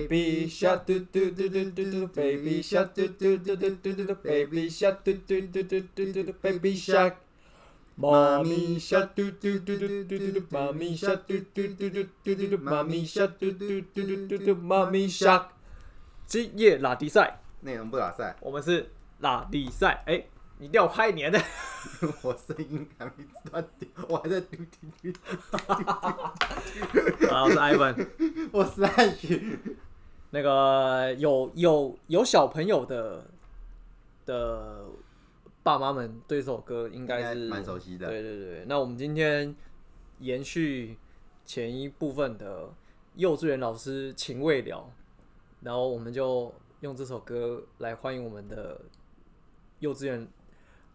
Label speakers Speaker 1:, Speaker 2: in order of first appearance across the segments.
Speaker 1: baby shark do do do do do do baby shark do do do do do do do baby shark do do do do do do do baby shark。妈咪虾嘟嘟嘟嘟嘟嘟嘟，妈咪虾嘟嘟嘟嘟嘟嘟嘟，妈咪虾嘟嘟嘟嘟嘟嘟，妈咪虾。今夜拉迪赛，
Speaker 2: 内容不打赛，
Speaker 1: 我们是拉迪赛。哎，你掉拍年的，
Speaker 2: 我声音还没断掉，我还在嘟嘟嘟
Speaker 1: 啊，我是 Ivan。
Speaker 2: 嘟，我是爱雪。
Speaker 1: 那个有有有小朋友的的爸妈们对这首歌应该是
Speaker 2: 应该蛮熟悉的
Speaker 1: 对对对，那我们今天延续前一部分的幼稚园老师情未了，然后我们就用这首歌来欢迎我们的幼稚园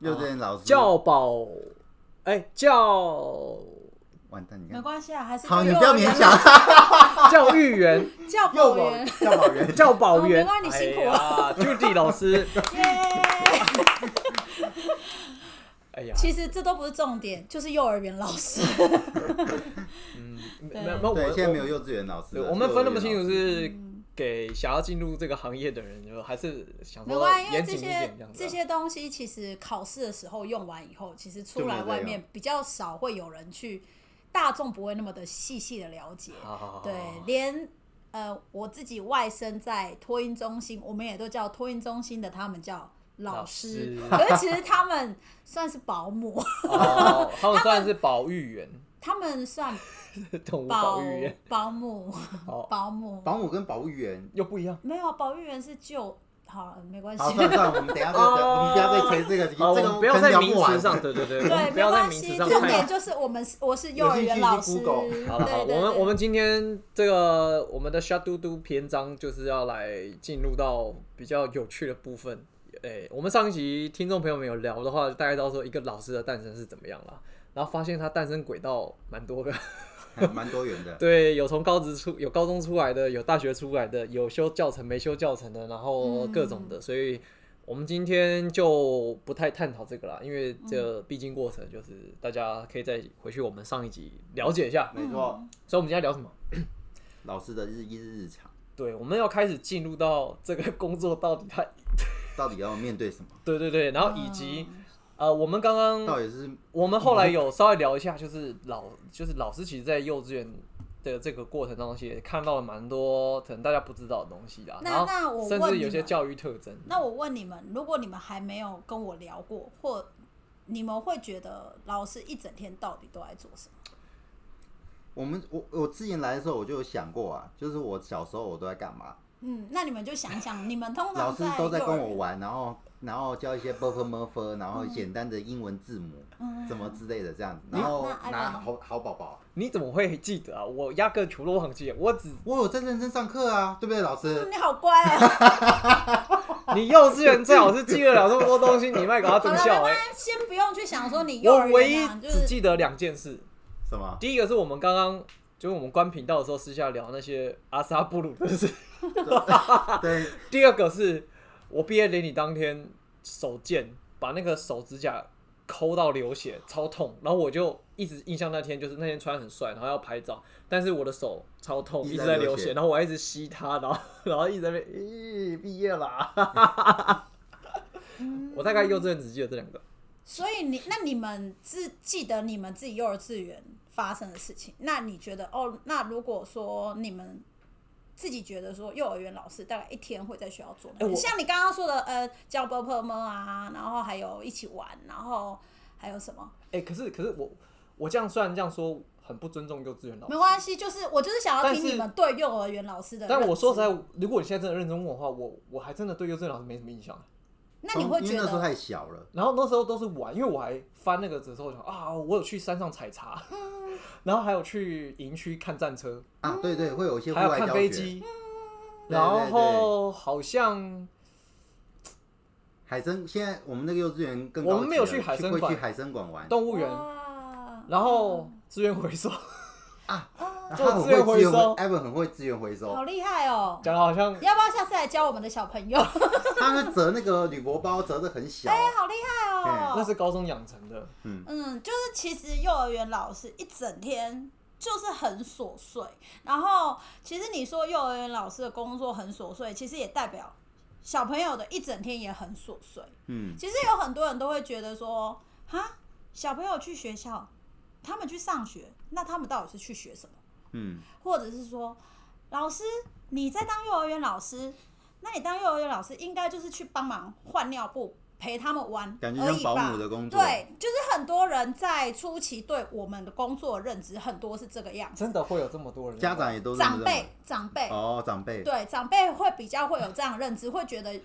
Speaker 2: 幼稚园老师
Speaker 1: 教保，哎、教
Speaker 2: 完蛋，你
Speaker 3: 没
Speaker 2: 看，
Speaker 3: 关系啊，还是
Speaker 2: 好，
Speaker 3: 就
Speaker 2: 你不要
Speaker 3: 幼儿园
Speaker 2: 勉 强，
Speaker 1: 教育员、
Speaker 3: 教
Speaker 2: 幼保
Speaker 3: 保员，
Speaker 2: 教保员，
Speaker 1: 教保员，
Speaker 3: 哦没关系你辛苦
Speaker 1: 了、j u d y 老师，
Speaker 3: 耶！
Speaker 1: 哎呀，
Speaker 3: 其实这都不是重点，就是幼儿园老 师。
Speaker 1: 嗯，没
Speaker 3: 对
Speaker 1: 没有，我
Speaker 2: 对，
Speaker 1: 们
Speaker 2: 现在没有幼稚园老师
Speaker 1: 对，
Speaker 3: 啊
Speaker 2: 了，
Speaker 1: 我们分那么
Speaker 2: 幼
Speaker 1: 清
Speaker 2: 儿园
Speaker 1: 楚
Speaker 2: 老师，
Speaker 1: 是给想要进入这个行业的人，就还是想
Speaker 3: 没
Speaker 1: 说
Speaker 3: 关系，因为
Speaker 1: 严
Speaker 3: 这
Speaker 1: 谨一
Speaker 3: 些
Speaker 1: 点这样子
Speaker 3: 这
Speaker 1: 啊。
Speaker 3: 些东西其实考试的时候用完以后，其实出来外
Speaker 2: 就没有再
Speaker 3: 面比较少会有人去，大众不会那么的细细的了解。
Speaker 1: 好好好，
Speaker 3: 对，连呃我自己外甥在托婴中心，我们也都叫托婴中心的，他们叫老师，
Speaker 1: 老
Speaker 3: 可是其实他们算是保姆，
Speaker 1: 哦，他们算是保育员，
Speaker 3: 他们算
Speaker 1: 动物
Speaker 3: 保
Speaker 1: 保育员，
Speaker 3: 保姆
Speaker 1: 哦，
Speaker 3: 保姆
Speaker 2: 保姆跟保务员。
Speaker 1: 又不一样。
Speaker 3: 没有保育员是救，好了 没关系
Speaker 2: 好，，算了算了，我们等一下再，
Speaker 1: 哦
Speaker 2: 我们不要再提这个，这
Speaker 1: 哦，我
Speaker 2: 个
Speaker 1: 们不要在
Speaker 2: 聊
Speaker 1: 名
Speaker 2: 不完
Speaker 1: 词。上，对对 对，我
Speaker 3: 对，
Speaker 1: 们不
Speaker 3: 没
Speaker 1: 要在
Speaker 3: 关
Speaker 1: 名词
Speaker 3: 系，
Speaker 1: 上
Speaker 3: 重
Speaker 1: 太。
Speaker 3: 点就是我们是我是幼儿园老
Speaker 2: 有兴趣
Speaker 3: 师，
Speaker 2: 去 Google
Speaker 1: 好了好了，
Speaker 3: 对对
Speaker 1: 我们
Speaker 3: 对
Speaker 1: 我们今天这个我们的 s h a d o d o 篇章就是要来进入到比较有趣的部分。诶、我们上一集听众朋友们有聊的话，大概知道说一个老师的诞生是怎么样啦。然后发现他诞生轨道蛮多个，
Speaker 2: 还蛮多元的。
Speaker 1: 对，有从高职出，有高中出来的，有大学出来的，有修教程没修教程的，然后各种的，所以我们今天就不太探讨这个啦，因为这必经过程就是大家可以再回去我们上一集了解一下。
Speaker 2: 没错，
Speaker 1: 所以我们今天聊什么？
Speaker 2: 老师的日一日常
Speaker 1: 对，我们要开始进入到这个工作到底它，
Speaker 2: 到底要面对什么？
Speaker 1: 对对对，然后以及、呃，我们刚
Speaker 2: 到
Speaker 1: 刚
Speaker 2: 底是
Speaker 1: 我们后来有稍微聊一下，就是老就是老师其实，在幼稚园的这个过程当中，其实看到了蛮多可能大家不知道的东西啦，
Speaker 3: 那
Speaker 1: 然
Speaker 3: 那我
Speaker 1: 后甚
Speaker 3: 问
Speaker 1: 至
Speaker 3: 你
Speaker 1: 有些
Speaker 3: 们
Speaker 1: 教育特征。
Speaker 3: 那我问你们，如果你们还没有跟我聊过，或你们会觉得老师一整天到底都在做什么？
Speaker 2: 我们我我之前来的时候我就有想过啊，就是我小时候我都在干嘛？
Speaker 3: 嗯，那你们就想想，你们通
Speaker 2: 老
Speaker 3: 常
Speaker 2: 师都在
Speaker 3: 幼
Speaker 2: 跟
Speaker 3: 儿
Speaker 2: 我
Speaker 3: 园，嗯
Speaker 2: 玩，然后然后教一些 b u r p m u f 然后简单的英文字母，什么之类的这样子，然后
Speaker 3: 那那
Speaker 2: 拿
Speaker 3: 艾伦
Speaker 2: 好好宝啊宝，
Speaker 1: 你怎么会记得啊？我压根全都忘记了，我只
Speaker 2: 我有在认真上课啊，对不对，老师？
Speaker 3: 嗯你好乖 啊！
Speaker 1: 你幼稚园最好是记得了这么多东西，你卖给他
Speaker 3: 好
Speaker 1: 住
Speaker 3: 了，没
Speaker 1: 校哎、
Speaker 3: 关系，先不用去想说你幼
Speaker 1: 我
Speaker 3: 儿
Speaker 1: 唯
Speaker 3: 园
Speaker 1: 一
Speaker 3: 啊，就
Speaker 1: 只
Speaker 3: 是
Speaker 1: 记得两件事，
Speaker 2: 什么？
Speaker 3: 啊
Speaker 1: 第一个是我们刚刚就是我们关频道的时候私下聊那些阿萨布鲁的事，
Speaker 2: 对，
Speaker 1: 第二个是我毕业典礼当天手贱把那个手指甲抠到流血，超痛。然后我就一直印象那天就是那天穿得很帅，然后要拍照，但是我的手超痛，
Speaker 2: 一
Speaker 1: 一
Speaker 2: 直
Speaker 1: 直
Speaker 2: 在
Speaker 1: 在
Speaker 2: 流
Speaker 1: 流
Speaker 2: 血
Speaker 1: 血，然后我还一直吸它，然后然后一直在那边咦毕业啦。 我大概幼稚园只记得这两个。
Speaker 3: 所以你那你们自记得你们自己幼儿稚园发生的事情，那你觉得哦？那如果说你们自己觉得说幼儿园老师大概一天会在学校做哪些
Speaker 1: 哎我
Speaker 3: 像你刚刚说的，呃，教 b u p 啊，然后还有一起玩，然后还有什么？
Speaker 1: 哎、可是可是我我这样虽然这样说很不尊重幼稚园老师
Speaker 3: 没，关系，就是我就是想要听
Speaker 1: 但是
Speaker 3: 你们对幼儿园老师的。
Speaker 1: 但我说实在，，如果你现在真的认真问我的话，我我还真的对幼稚园老师没什么印象。
Speaker 3: 那你
Speaker 1: 嗯
Speaker 3: 会
Speaker 2: 因
Speaker 3: 觉
Speaker 2: 为那时候
Speaker 3: 得
Speaker 2: 太小了，
Speaker 1: 然后那时候都是玩，因为我还翻那个的时候想啊，我有去山上采 茶，然后还有去营区看战车，
Speaker 2: 啊，对
Speaker 3: 嗯
Speaker 2: 对，会有一些户
Speaker 1: 还有
Speaker 2: 外
Speaker 1: 看
Speaker 2: 教
Speaker 1: 飞
Speaker 2: 学，
Speaker 1: 机，
Speaker 2: 对
Speaker 1: 然后好像
Speaker 2: 海参现在我们那个幼稚园更
Speaker 1: 我们
Speaker 2: 高级
Speaker 1: 没有
Speaker 2: 了
Speaker 1: 去海参
Speaker 2: 会
Speaker 1: 馆
Speaker 2: 去海参馆玩
Speaker 1: 动物园，
Speaker 3: 哇
Speaker 1: 然后资源 回收，
Speaker 2: 啊，
Speaker 3: 啊
Speaker 2: 他很
Speaker 1: 做资源
Speaker 2: 会资源
Speaker 1: 回收
Speaker 2: 艾文很会资源回收
Speaker 3: 好，厉害哦！
Speaker 1: 讲的好像
Speaker 3: 要不要下次来教我们的小朋友？哎，
Speaker 2: 他会折那个铝箔包，折的很 小，
Speaker 3: 好厉害
Speaker 1: 哎
Speaker 3: 哦！
Speaker 1: 那是高中养成的，
Speaker 3: 嗯，就是其实幼儿园老师一整天就是很琐碎。然后，其实你说幼儿园老师的工作很琐碎，其实也代表小朋友的一整天也很琐碎。
Speaker 2: 嗯，
Speaker 3: 其实有很多人都会觉得说，哈，小朋友去学校，他们去上学，那他们到底是去学什么？
Speaker 2: 嗯，
Speaker 3: 或者是说，老师你在当幼儿园老师，那你当幼儿园老师应该就是去帮忙换尿布，陪他们玩
Speaker 2: 感觉
Speaker 3: 而
Speaker 2: 像
Speaker 3: 已
Speaker 2: 保
Speaker 3: 吧
Speaker 2: 姆的工作，
Speaker 3: 对，就是很多人在初期对我们的工作认知很多是这个样子，
Speaker 1: 真的会有这么多人
Speaker 2: 家长也都是
Speaker 3: 长辈长辈、
Speaker 2: 哦，长辈，
Speaker 3: 对长辈会比较会有这样认知，会觉得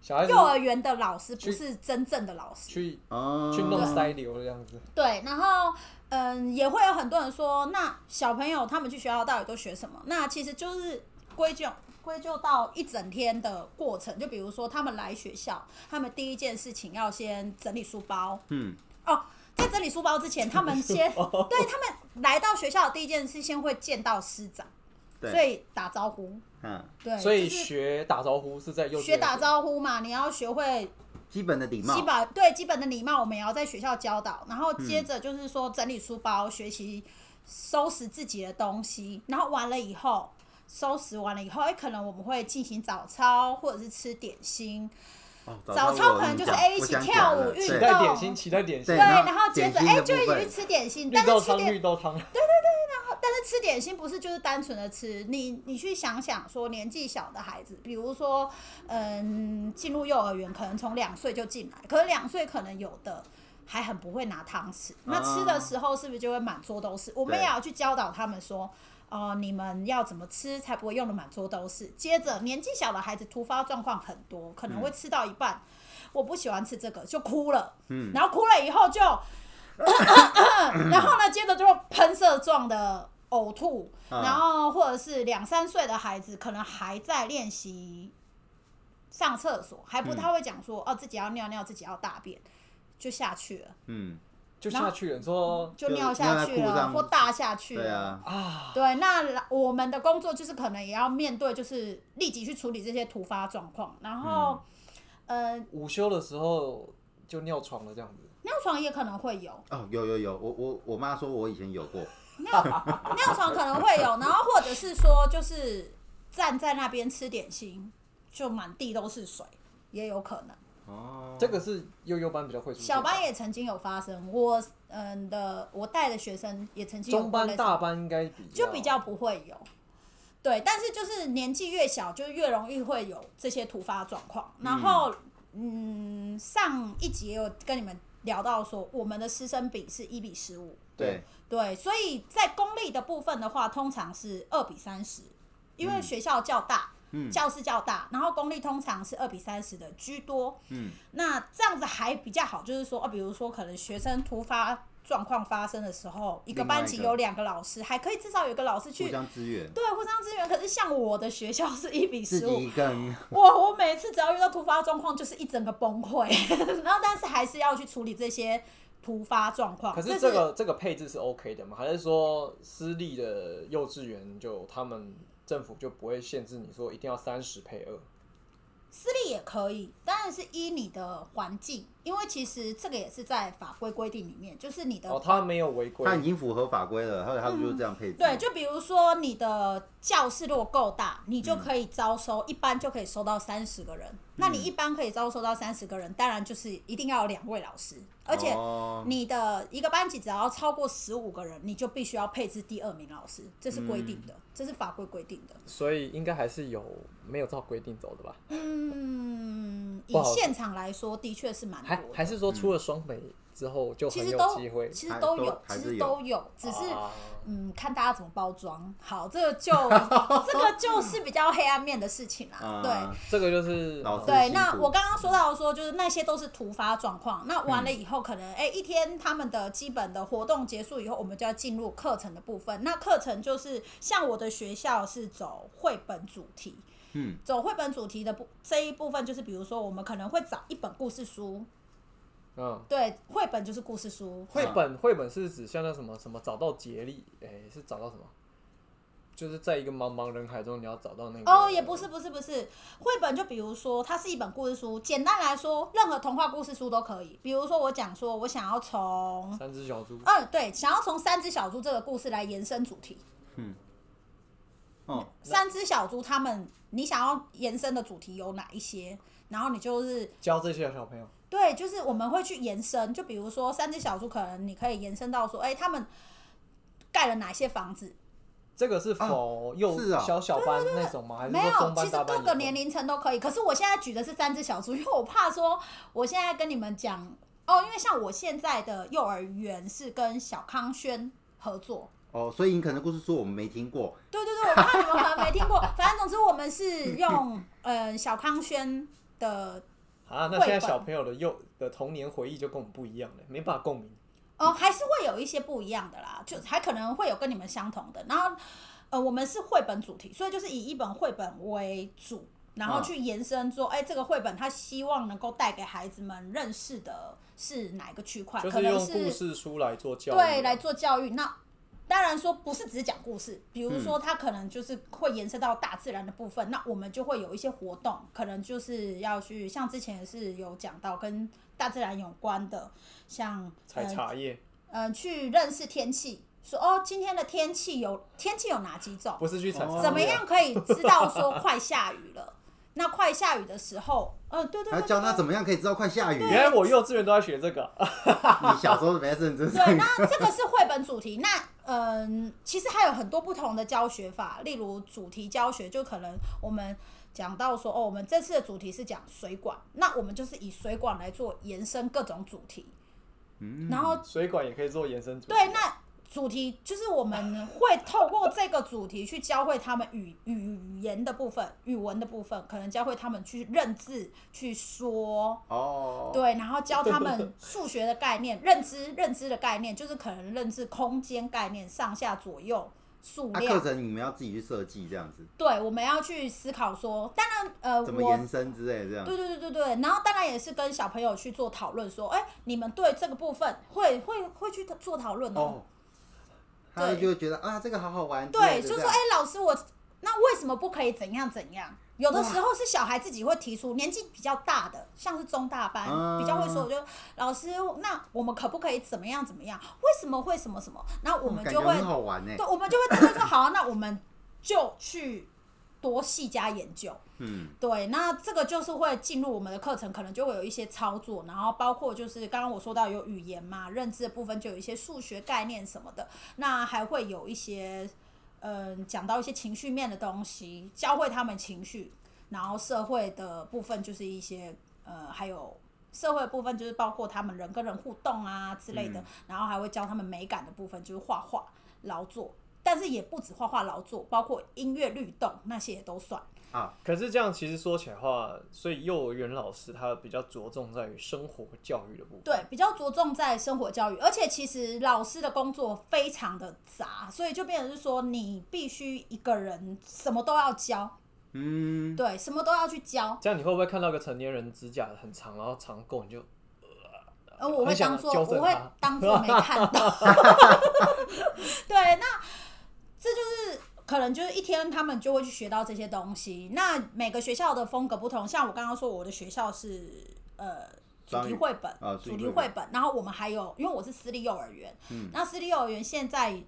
Speaker 1: 小孩子
Speaker 3: 幼儿园的老师不
Speaker 1: 去
Speaker 3: 是真正的老师，
Speaker 1: 去
Speaker 2: 哦，
Speaker 1: 去弄塞流的样子，
Speaker 3: 对，然后嗯，也会有很多人说，那小朋友他们去学校到底都学什么？那其实就是归咎归咎到一整天的过程，就比如说他们来学校，他们第一件事情要先整理书包
Speaker 2: 嗯，
Speaker 3: 哦。在整理书包之前，他 们先
Speaker 2: 哦
Speaker 3: 对他们来到学校的第一件事，先会见到师长，
Speaker 2: 对
Speaker 3: 所以打招呼。
Speaker 2: 嗯，
Speaker 3: 对，
Speaker 1: 所以
Speaker 3: 就是
Speaker 1: 学打招呼是在幼稚
Speaker 3: 学
Speaker 1: 园
Speaker 3: 打招呼嘛，你要学会
Speaker 2: 基本的礼貌嗯
Speaker 3: 基，本对基本的礼貌，我们也要在学校教导。然后接着就是说整理书包，学习收拾自己的东西，然后完了以后，收拾完了以后，哎、可能我们会进行早操，或者是吃点心。
Speaker 2: 哦操
Speaker 3: 早操
Speaker 2: 我
Speaker 3: 可能
Speaker 2: 跟你
Speaker 3: 就是
Speaker 2: 讲
Speaker 3: 哎一
Speaker 2: 我
Speaker 3: 起
Speaker 2: 想起
Speaker 3: 跳
Speaker 2: 来
Speaker 3: 舞
Speaker 2: 了
Speaker 3: 运
Speaker 1: 期
Speaker 2: 对
Speaker 3: 动
Speaker 1: 待点心，期待点
Speaker 2: 对，
Speaker 1: 心
Speaker 3: 对，
Speaker 2: 然后
Speaker 3: 然后接着
Speaker 2: 点心
Speaker 3: 哎、
Speaker 2: 的
Speaker 3: 就
Speaker 2: 部
Speaker 3: 一起去
Speaker 2: 分
Speaker 3: 吃点心，
Speaker 1: 绿
Speaker 3: 但
Speaker 1: 豆
Speaker 3: 是吃
Speaker 1: 汤
Speaker 3: 点
Speaker 1: 绿豆汤，
Speaker 3: 但是吃点心不是就是单纯的吃，你你去想想说年纪小的孩子，比如说嗯进入幼儿园，可能从两岁就进来，可是两岁可能有的还很不会拿汤匙，那吃的时候是不是就会满桌都是？我们也要去教导他们说。哦、你们要怎么吃才不会用的满桌都是？接着，年纪小的孩子突发状况很多，可能会吃到一半，我不喜欢吃这个，就哭了。
Speaker 2: 嗯
Speaker 3: 然后哭了以后就， 然后呢，接着就喷射状的呕吐，
Speaker 2: 啊
Speaker 3: 然后或者是两三岁的孩子可能还在练习上厕所，还
Speaker 2: 嗯
Speaker 3: 不太会讲说、哦自己要尿尿，自己要大便，就下去了，
Speaker 2: 嗯，
Speaker 1: 就下去了。你说
Speaker 3: 就
Speaker 2: 就
Speaker 3: 尿
Speaker 2: 尿
Speaker 3: 下
Speaker 2: 在
Speaker 3: 去
Speaker 2: 裤
Speaker 3: 了，
Speaker 2: 上
Speaker 3: 或大下去
Speaker 2: 对
Speaker 3: 了。
Speaker 2: 啊，
Speaker 1: 啊，
Speaker 3: 对，那我们的工作就是可能也要面对，就是立即去处理这些突发状况，然后，
Speaker 2: 嗯
Speaker 3: 呃，
Speaker 1: 午休的时候就尿床了这样子，
Speaker 3: 尿床也可能会有，
Speaker 2: 哦，有有有，我我我妈说我以前有过，
Speaker 3: 尿床可能会有，然后或者是说就是站在那边吃点心，就满地都是水，也有可能。
Speaker 2: 哦，
Speaker 1: 这个是幼幼班比较会出现。
Speaker 3: 小班也曾经有发生，我嗯的我带的学生也曾经有
Speaker 1: 中
Speaker 3: 过
Speaker 1: 班
Speaker 3: 类似
Speaker 1: 大班应该比
Speaker 3: 就比较不会有。对，但是就是年纪越小，就越容易会有这些突发状况。然后，嗯上一集也有跟你们聊到说，我们的师生比是一比十五，
Speaker 2: 对，
Speaker 3: 对，所以在公立的部分的话，通常是二比三十，因为学校较大，
Speaker 2: 嗯
Speaker 3: 教室较大，然后公立通常是二比三十的居多。
Speaker 2: 嗯
Speaker 3: 那这样子还比较好，就是说，哦，比如说可能学生突发状况发生的时候，一个
Speaker 2: 另外一
Speaker 3: 班
Speaker 2: 个
Speaker 3: 级有两个老师，还可以至少有一个老师
Speaker 2: 互
Speaker 3: 去。
Speaker 2: 相支援，
Speaker 3: 对，互相支援。可是像我的学校是一比
Speaker 2: 自
Speaker 3: 十
Speaker 2: 己
Speaker 3: 五，
Speaker 2: 一个人，
Speaker 3: 我我每次只要遇到突发状况，就是一整个崩溃。 然后，但是还是要去处理这些突发状况。
Speaker 1: 可是这个这个配置是 OK 的吗？还是说私立的幼稚园就他们政府就不会限制你说一定要三十配二？
Speaker 3: 私立也可以，当然是依你的环境，因为其实这个也是在法规规定里面，就是你的、
Speaker 1: 哦，他没有违规
Speaker 2: 他已经符合法规了，后来他们就这样配置，
Speaker 3: 对，就比如说你的教室如果够大，你
Speaker 1: 嗯
Speaker 3: 就可以招收，一般就可以收到三十个人。那
Speaker 1: 嗯
Speaker 3: 你一般可以招收到三十个人，当然就是一定要有两位老师，而且
Speaker 2: 哦
Speaker 3: 你的一个班级只要超过十五个人，你就必须要配置第二名老师，这是规定的，
Speaker 1: 嗯
Speaker 3: 这是法规规定的。
Speaker 1: 所以应该还是有没有照规定走的吧？
Speaker 3: 嗯，以
Speaker 1: 不好
Speaker 3: 现场来说，的确是蛮
Speaker 1: 还
Speaker 3: 多的
Speaker 1: 还。是说出了双北之后就
Speaker 3: 其
Speaker 1: 很
Speaker 3: 实
Speaker 1: 有
Speaker 3: 都
Speaker 1: 机会？
Speaker 3: 其实
Speaker 2: 还
Speaker 3: 都
Speaker 2: 都
Speaker 3: 有，
Speaker 2: 还
Speaker 3: 其
Speaker 2: 是
Speaker 3: 实
Speaker 2: 有哦
Speaker 3: 都有，只是、
Speaker 1: 啊
Speaker 3: 嗯，看大家怎么包装。好，这个 就这个就是比较黑暗面的事情啦。
Speaker 2: 啊
Speaker 3: 对。
Speaker 1: 这个就是
Speaker 2: 老师
Speaker 3: 对，
Speaker 2: 辛
Speaker 3: 那
Speaker 2: 苦
Speaker 3: 我刚刚说到说，就是那些都是突发状况。那完
Speaker 2: 嗯
Speaker 3: 了以后，可能哎、一天他们的基本的活动结束以后，我们就要进入课程的部分。那课程就是像我的学校是走绘本主题，
Speaker 2: 嗯，
Speaker 3: 走绘本主题的部这一部分就是，比如说我们可能会找一本故事书，
Speaker 1: 嗯。
Speaker 3: 对，绘本就是故事书，
Speaker 2: 嗯
Speaker 1: 绘本绘本是指像那什么什么找到竭力，哎、是找到什么？就是在一个茫茫人海中，你要找到那个
Speaker 3: 哦，也不是，不是，不是，绘本就比如说，它是一本故事书，简单来说，任何童话故事书都可以。比如说，我讲说我想要从，
Speaker 1: 三只小猪，
Speaker 3: 嗯，对，想要从三只小猪这个故事来延伸主题。
Speaker 2: 哦，
Speaker 3: 三只小猪他们，你想要延伸的主题有哪一些？然后你就是
Speaker 1: 教这些小朋友，
Speaker 3: 对，就是我们会去延伸，就比如说三只小猪，可能你可以延伸到说，哎、他们盖了哪些房子？
Speaker 1: 这个是否幼
Speaker 2: 是啊
Speaker 1: 小小班那种吗？还是
Speaker 3: 没
Speaker 1: 说
Speaker 3: 有，
Speaker 1: 中
Speaker 3: 其
Speaker 1: 班
Speaker 3: 实
Speaker 1: 大班
Speaker 3: 各
Speaker 1: 以
Speaker 3: 个
Speaker 1: 后
Speaker 3: 年龄层都可以。可是我现在举的是三只小猪，因为我怕说我现在跟你们讲哦，因为像我现在的幼儿园是跟小康轩合 作。
Speaker 2: 哦，所以你可能故事书我们没听过，
Speaker 3: 对对对，我怕你们可能没听过。反正总之我们是用呃小康轩的
Speaker 1: 啊，那
Speaker 3: 绘
Speaker 1: 现在
Speaker 3: 本
Speaker 1: 小朋友的幼的童年回忆就跟我们不一样了，没办法共鸣。
Speaker 3: 呃，还是会有一些不一样的啦，就还可能会有跟你们相同的。然后，呃，我们是绘本主题，所以就是以一本绘本为主，然后
Speaker 2: 嗯
Speaker 3: 去延伸说，哎、这个绘本它希望能够带给孩子们认识的是哪一个区块，
Speaker 1: 就
Speaker 3: 可
Speaker 1: 是
Speaker 3: 能
Speaker 1: 用故
Speaker 3: 是
Speaker 1: 事书来做教育，啊
Speaker 3: 对来做教育。那当然说不是只讲故事，比如
Speaker 1: 嗯
Speaker 3: 说它可能就是会延伸到大自然的部分，那我们就会有一些活动，可能就是要去像之前是有讲到跟大自然有关的，像
Speaker 1: 采
Speaker 3: 呃
Speaker 1: 茶叶，
Speaker 3: 呃，去认识天气，说哦，今天的天气有天气有哪几种？
Speaker 1: 不是去采茶叶、
Speaker 2: 哦
Speaker 1: 啊，
Speaker 3: 怎么样可以知道说快下雨了？那快下雨的时候，呃，对对
Speaker 2: 还
Speaker 3: 对
Speaker 2: 要教他
Speaker 3: 对
Speaker 2: 怎么样可以知道快下雨。
Speaker 1: 原来我幼稚园都在学这个啊，
Speaker 2: 你小时候没在认真上
Speaker 3: 对，那这个是绘本主题。那嗯，其实还有很多不同的教学法，例如主题教学，就可能我们讲到说，哦，我们这次的主题是讲水管，那我们就是以水管来做延伸各种主题，
Speaker 2: 嗯
Speaker 3: 然后
Speaker 1: 水管也可以做延伸主题。
Speaker 3: 对，那主题就是我们会透过这个主题去教会他们语语语言的部分、语文的部分，可能教会他们去认字、去说，
Speaker 2: 哦，
Speaker 3: 对，然后教他们数学的概念、认知、认知的概念，就是可能认知空间概念、上下左右、数
Speaker 2: 啊，
Speaker 3: 量
Speaker 2: 课。程你们要自己去设计这样子，
Speaker 3: 对，我们要去思考说，当然，呃，
Speaker 2: 怎么
Speaker 3: 我
Speaker 2: 延伸之类的这样。
Speaker 3: 对对对对对，然后当然也是跟小朋友去做讨论，说，哎、你们对这个部分会会会去做讨论哦
Speaker 2: 哦，他们
Speaker 3: 对
Speaker 2: 就会觉得啊，这个好好玩之
Speaker 3: 对，
Speaker 2: 类的这样。
Speaker 3: 就说哎、老师我那为什么不可以怎样怎样？有的时候是小孩自己会提出，年纪比较大的，像是中大班、
Speaker 2: 嗯
Speaker 3: 比较会说，我就老师，那我们可不可以怎么样怎么样？为什么会什么什么？然后我们
Speaker 2: 嗯感
Speaker 3: 就
Speaker 2: 觉
Speaker 3: 会，
Speaker 2: 很好玩呢。
Speaker 3: 对，我们就会真的说好啊、那我们就去多细加研究。
Speaker 2: 嗯，
Speaker 3: 对，那这个就是会进入我们的课程，可能就会有一些操作，然后包括就是刚刚我说到有语言嘛，认知的部分就有一些数学概念什么的，那还会有一些嗯讲到一些情绪面的东西，教会他们情绪，然后社会的部分就是一些呃还有。社会的部分就是包括他们人跟人互动啊之类的，然后还会教他们美感的部分，就是画画、劳作，但是也不止画画、劳作，包括音乐律动那些也都算。
Speaker 1: 可是这样其实说起来的话，所以幼儿园老师他比较着重在于生活教育的部分。
Speaker 3: 对，比较着重在生活教育，而且其实老师的工作非常的杂，所以就变成是说你必须一个人什么都要教，
Speaker 2: 嗯，
Speaker 3: 对，什么都要去教。
Speaker 1: 这样你会不会看到个成年人指甲很长，然后长够你就
Speaker 3: 呃，我会
Speaker 1: 很想
Speaker 3: 当做
Speaker 1: 纠正
Speaker 3: 我会
Speaker 1: 他
Speaker 3: 当做没看到。 对，那这就是可能就是一天他们就会去学到这些东西。那每个学校的风格不同，像我刚刚说我的学校是呃。主
Speaker 2: 双
Speaker 3: 题
Speaker 2: 语
Speaker 3: 绘本，
Speaker 2: 啊主
Speaker 3: 主
Speaker 2: 题
Speaker 3: 题
Speaker 2: 绘本
Speaker 3: 绘本，然后我们还有，因为我是私立幼儿园，
Speaker 1: 嗯
Speaker 3: 那私立幼儿园现在，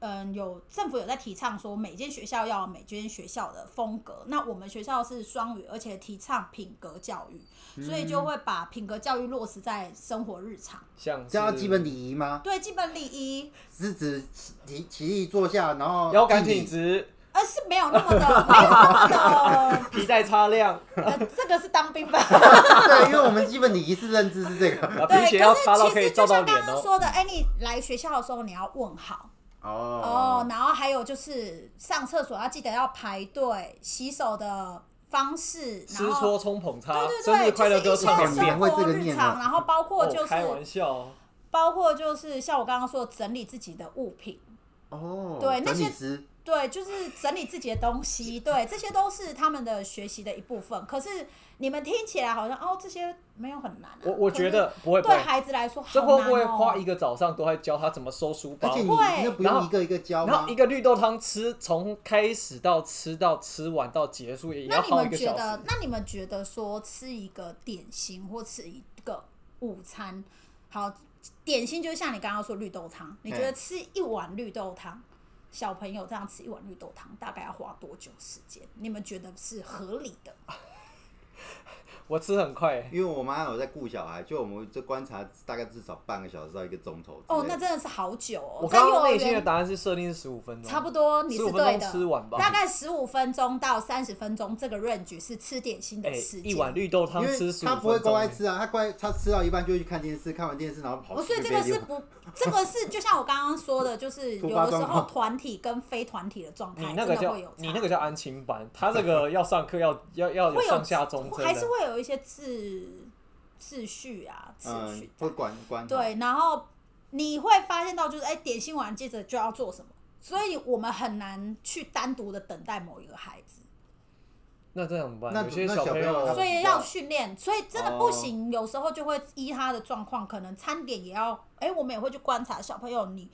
Speaker 3: 嗯，有政府有在提倡说每间学校要有每间学校的风格。那我们学校是双语，而且提倡品格教育，所以
Speaker 1: 嗯
Speaker 3: 就会把品格教育落实在生活日常。
Speaker 1: 像
Speaker 2: 这要
Speaker 1: 是
Speaker 2: 基本礼仪吗？
Speaker 3: 对，基本礼仪，
Speaker 2: 是指起起起立坐下，然后
Speaker 1: 腰杆
Speaker 2: 敬礼
Speaker 1: 挺直，
Speaker 3: 呃，是没有那么的，没有那么的，
Speaker 1: 皮带擦亮，
Speaker 3: 呃，这个是当 兵吧。
Speaker 2: 对，因为我们基本礼仪是认知是这 个。
Speaker 1: 啊
Speaker 3: 对，
Speaker 1: 皮鞋要擦到
Speaker 3: 可是
Speaker 1: 可
Speaker 3: 其
Speaker 1: 以
Speaker 3: 实
Speaker 1: 照
Speaker 3: 就
Speaker 1: 到
Speaker 3: 像
Speaker 1: 脸
Speaker 3: 刚刚
Speaker 1: 哦。
Speaker 3: 说的，哎、你来学校的时候你要问好。哦
Speaker 1: 嗯
Speaker 2: 哦，，
Speaker 3: 然后还有就是上厕所要记得要排队，洗手的方式，然
Speaker 1: 吃
Speaker 3: 后
Speaker 1: 搓冲捧擦，
Speaker 3: 对
Speaker 1: 生日
Speaker 3: 对
Speaker 1: 快乐
Speaker 3: 对，
Speaker 1: 歌
Speaker 3: 就是
Speaker 1: 唱
Speaker 3: 一
Speaker 1: 两
Speaker 3: 些
Speaker 1: 遍
Speaker 3: 生。
Speaker 2: 会这
Speaker 3: 活
Speaker 2: 个
Speaker 3: 日
Speaker 2: 念
Speaker 3: 常，
Speaker 2: 吗
Speaker 3: 然后包括
Speaker 1: 哦
Speaker 3: 就，
Speaker 1: 开玩
Speaker 3: 是
Speaker 1: 笑哦，
Speaker 3: 包括就是像我刚刚说的整理自己的物品，
Speaker 2: 哦，
Speaker 3: 对那
Speaker 2: 整
Speaker 3: 些
Speaker 2: 理师
Speaker 3: 对，就是整理自己的东西，对，这些都是他们的学习的一部分。可是你们听起来好像哦，这些没有很难、啊。
Speaker 1: 我我觉得不会
Speaker 3: 可是
Speaker 1: 不会
Speaker 3: 对，孩子来说好
Speaker 1: 这
Speaker 3: 难、
Speaker 1: 会
Speaker 3: 哦、
Speaker 1: 不会花一个早上都在教他怎么收书
Speaker 2: 而
Speaker 1: 包
Speaker 2: 且？你
Speaker 3: 会
Speaker 2: 那不
Speaker 1: 然后
Speaker 2: 用一个一个教
Speaker 1: 然
Speaker 2: 吗
Speaker 1: 后一？个绿豆汤吃，从开始到吃到吃完到结束也
Speaker 3: 那
Speaker 1: 要
Speaker 3: 你
Speaker 1: 耗一
Speaker 3: 们
Speaker 1: 个
Speaker 3: 觉
Speaker 1: 小时
Speaker 3: 得，。那你们觉得说吃一个点心或吃一个午餐，好，点心就像你刚刚说绿豆汤，你觉得
Speaker 2: 嗯
Speaker 3: 吃一碗绿豆汤，小朋友这样吃一碗绿豆汤大概要花多久时间？你们觉得是合理的？
Speaker 1: 啊我吃很快欸，
Speaker 2: 因为我妈有在顾小孩，就我们就观察大概至少半个小时到一个钟头之类的。
Speaker 3: 哦，那真的是好久哦，
Speaker 1: 我
Speaker 3: 在
Speaker 1: 刚
Speaker 3: 幼
Speaker 1: 刚
Speaker 3: 儿
Speaker 1: 内心的
Speaker 3: 园
Speaker 1: 答案是设定是十五分钟，
Speaker 3: 差不多你是
Speaker 1: 15
Speaker 3: 对
Speaker 1: 分
Speaker 3: 的，
Speaker 1: 钟吃完吧
Speaker 3: 大概十五分钟到三十分钟这个 range 是吃点心的
Speaker 1: 哎，
Speaker 3: 时间。
Speaker 1: 一碗绿豆汤
Speaker 2: 因
Speaker 1: 吃
Speaker 2: 为
Speaker 1: 十五
Speaker 2: 她不会乖
Speaker 1: 分钟
Speaker 2: 乖
Speaker 1: 欸，
Speaker 2: 吃啊，她乖她吃到一半就会去看电视，看完电视然后跑
Speaker 3: 哦，
Speaker 2: 去
Speaker 3: 所以
Speaker 2: 别
Speaker 3: 这
Speaker 2: 的
Speaker 3: 个
Speaker 2: 地
Speaker 3: 是
Speaker 2: 方。
Speaker 3: 不，这个是就像我刚刚说 的，就是有
Speaker 2: 突发
Speaker 3: 的时
Speaker 2: 状
Speaker 3: 候
Speaker 2: 况
Speaker 3: 团体跟非团体的状态
Speaker 1: 你
Speaker 3: 真
Speaker 1: 那个
Speaker 3: 的
Speaker 1: 叫
Speaker 3: 会有差，
Speaker 1: 你那个叫安亲班，他这个要上课要要要
Speaker 3: 会有
Speaker 1: 上下中针
Speaker 3: 还是
Speaker 1: 的。
Speaker 3: 会有一些秩秩序啊，秩
Speaker 2: 嗯
Speaker 3: 序，在、
Speaker 2: 会管管好。
Speaker 3: 对，然后你会发现到就是，哎，点心完接着就要做什么，所以我们很难去单独的等待某一个孩子。
Speaker 1: 那这样怎么办？
Speaker 2: 那
Speaker 1: 有些
Speaker 2: 那
Speaker 1: 小
Speaker 2: 小朋友
Speaker 1: 友
Speaker 2: 要
Speaker 3: 所以要训练，所以真的不
Speaker 2: 哦
Speaker 3: 行，有时候就会依他的状况，可能餐点也要，哎、我们也会去观察小朋友你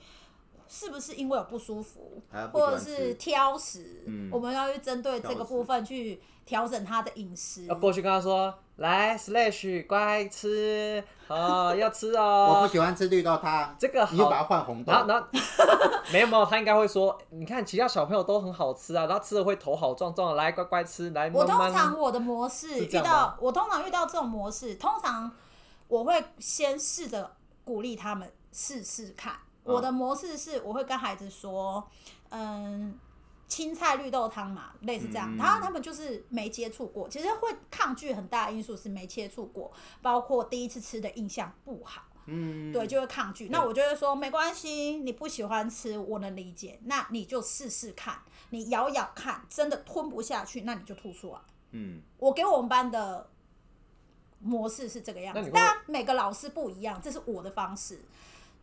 Speaker 3: 是不是因为有不舒服
Speaker 2: 还，不喜
Speaker 3: 或
Speaker 2: 欢
Speaker 3: 者是
Speaker 2: 吃
Speaker 3: 挑食，
Speaker 2: 嗯
Speaker 3: 我们要去针对这个
Speaker 2: 挑食啊
Speaker 3: 部分去调整他的饮食
Speaker 1: 要。过去跟他说：“来，Slash，乖吃哦，要吃
Speaker 2: 我不
Speaker 1: 哦。
Speaker 2: 喜欢吃绿豆汤，
Speaker 1: 这个好
Speaker 2: 你就把它换红”豆。
Speaker 1: 然后，然后 没有没有，他应该会说：“你看，其他小朋友都很好吃啊，然后吃了会头好壮壮的，来乖乖吃，来
Speaker 3: 我
Speaker 1: 慢
Speaker 3: 通常
Speaker 1: 慢。
Speaker 3: 我的模式
Speaker 1: 是
Speaker 3: 遇
Speaker 1: 这样
Speaker 3: 到
Speaker 1: 吗，
Speaker 3: 我通常遇到这种模式，通常我会先试着鼓励他们试试看。
Speaker 2: 嗯
Speaker 3: 我的模式是，我会跟孩子说，嗯，青菜绿豆汤嘛，类似这样。
Speaker 2: 嗯
Speaker 3: 然后他们就是没接触过，其实会抗拒很大的因素是没接触过，包括第一次吃的印象不好。
Speaker 2: 嗯，
Speaker 3: 对，就会抗拒。那我就会说没关系，你不喜欢吃，我能理解。那你就试试看，你咬咬看，真的吞不下去，那你就吐出来。啊
Speaker 2: 嗯，
Speaker 3: 我给我们班的模式是这个样
Speaker 1: 那
Speaker 3: 子
Speaker 1: 你，会
Speaker 3: 当然每个老师不一样，这是我的方式。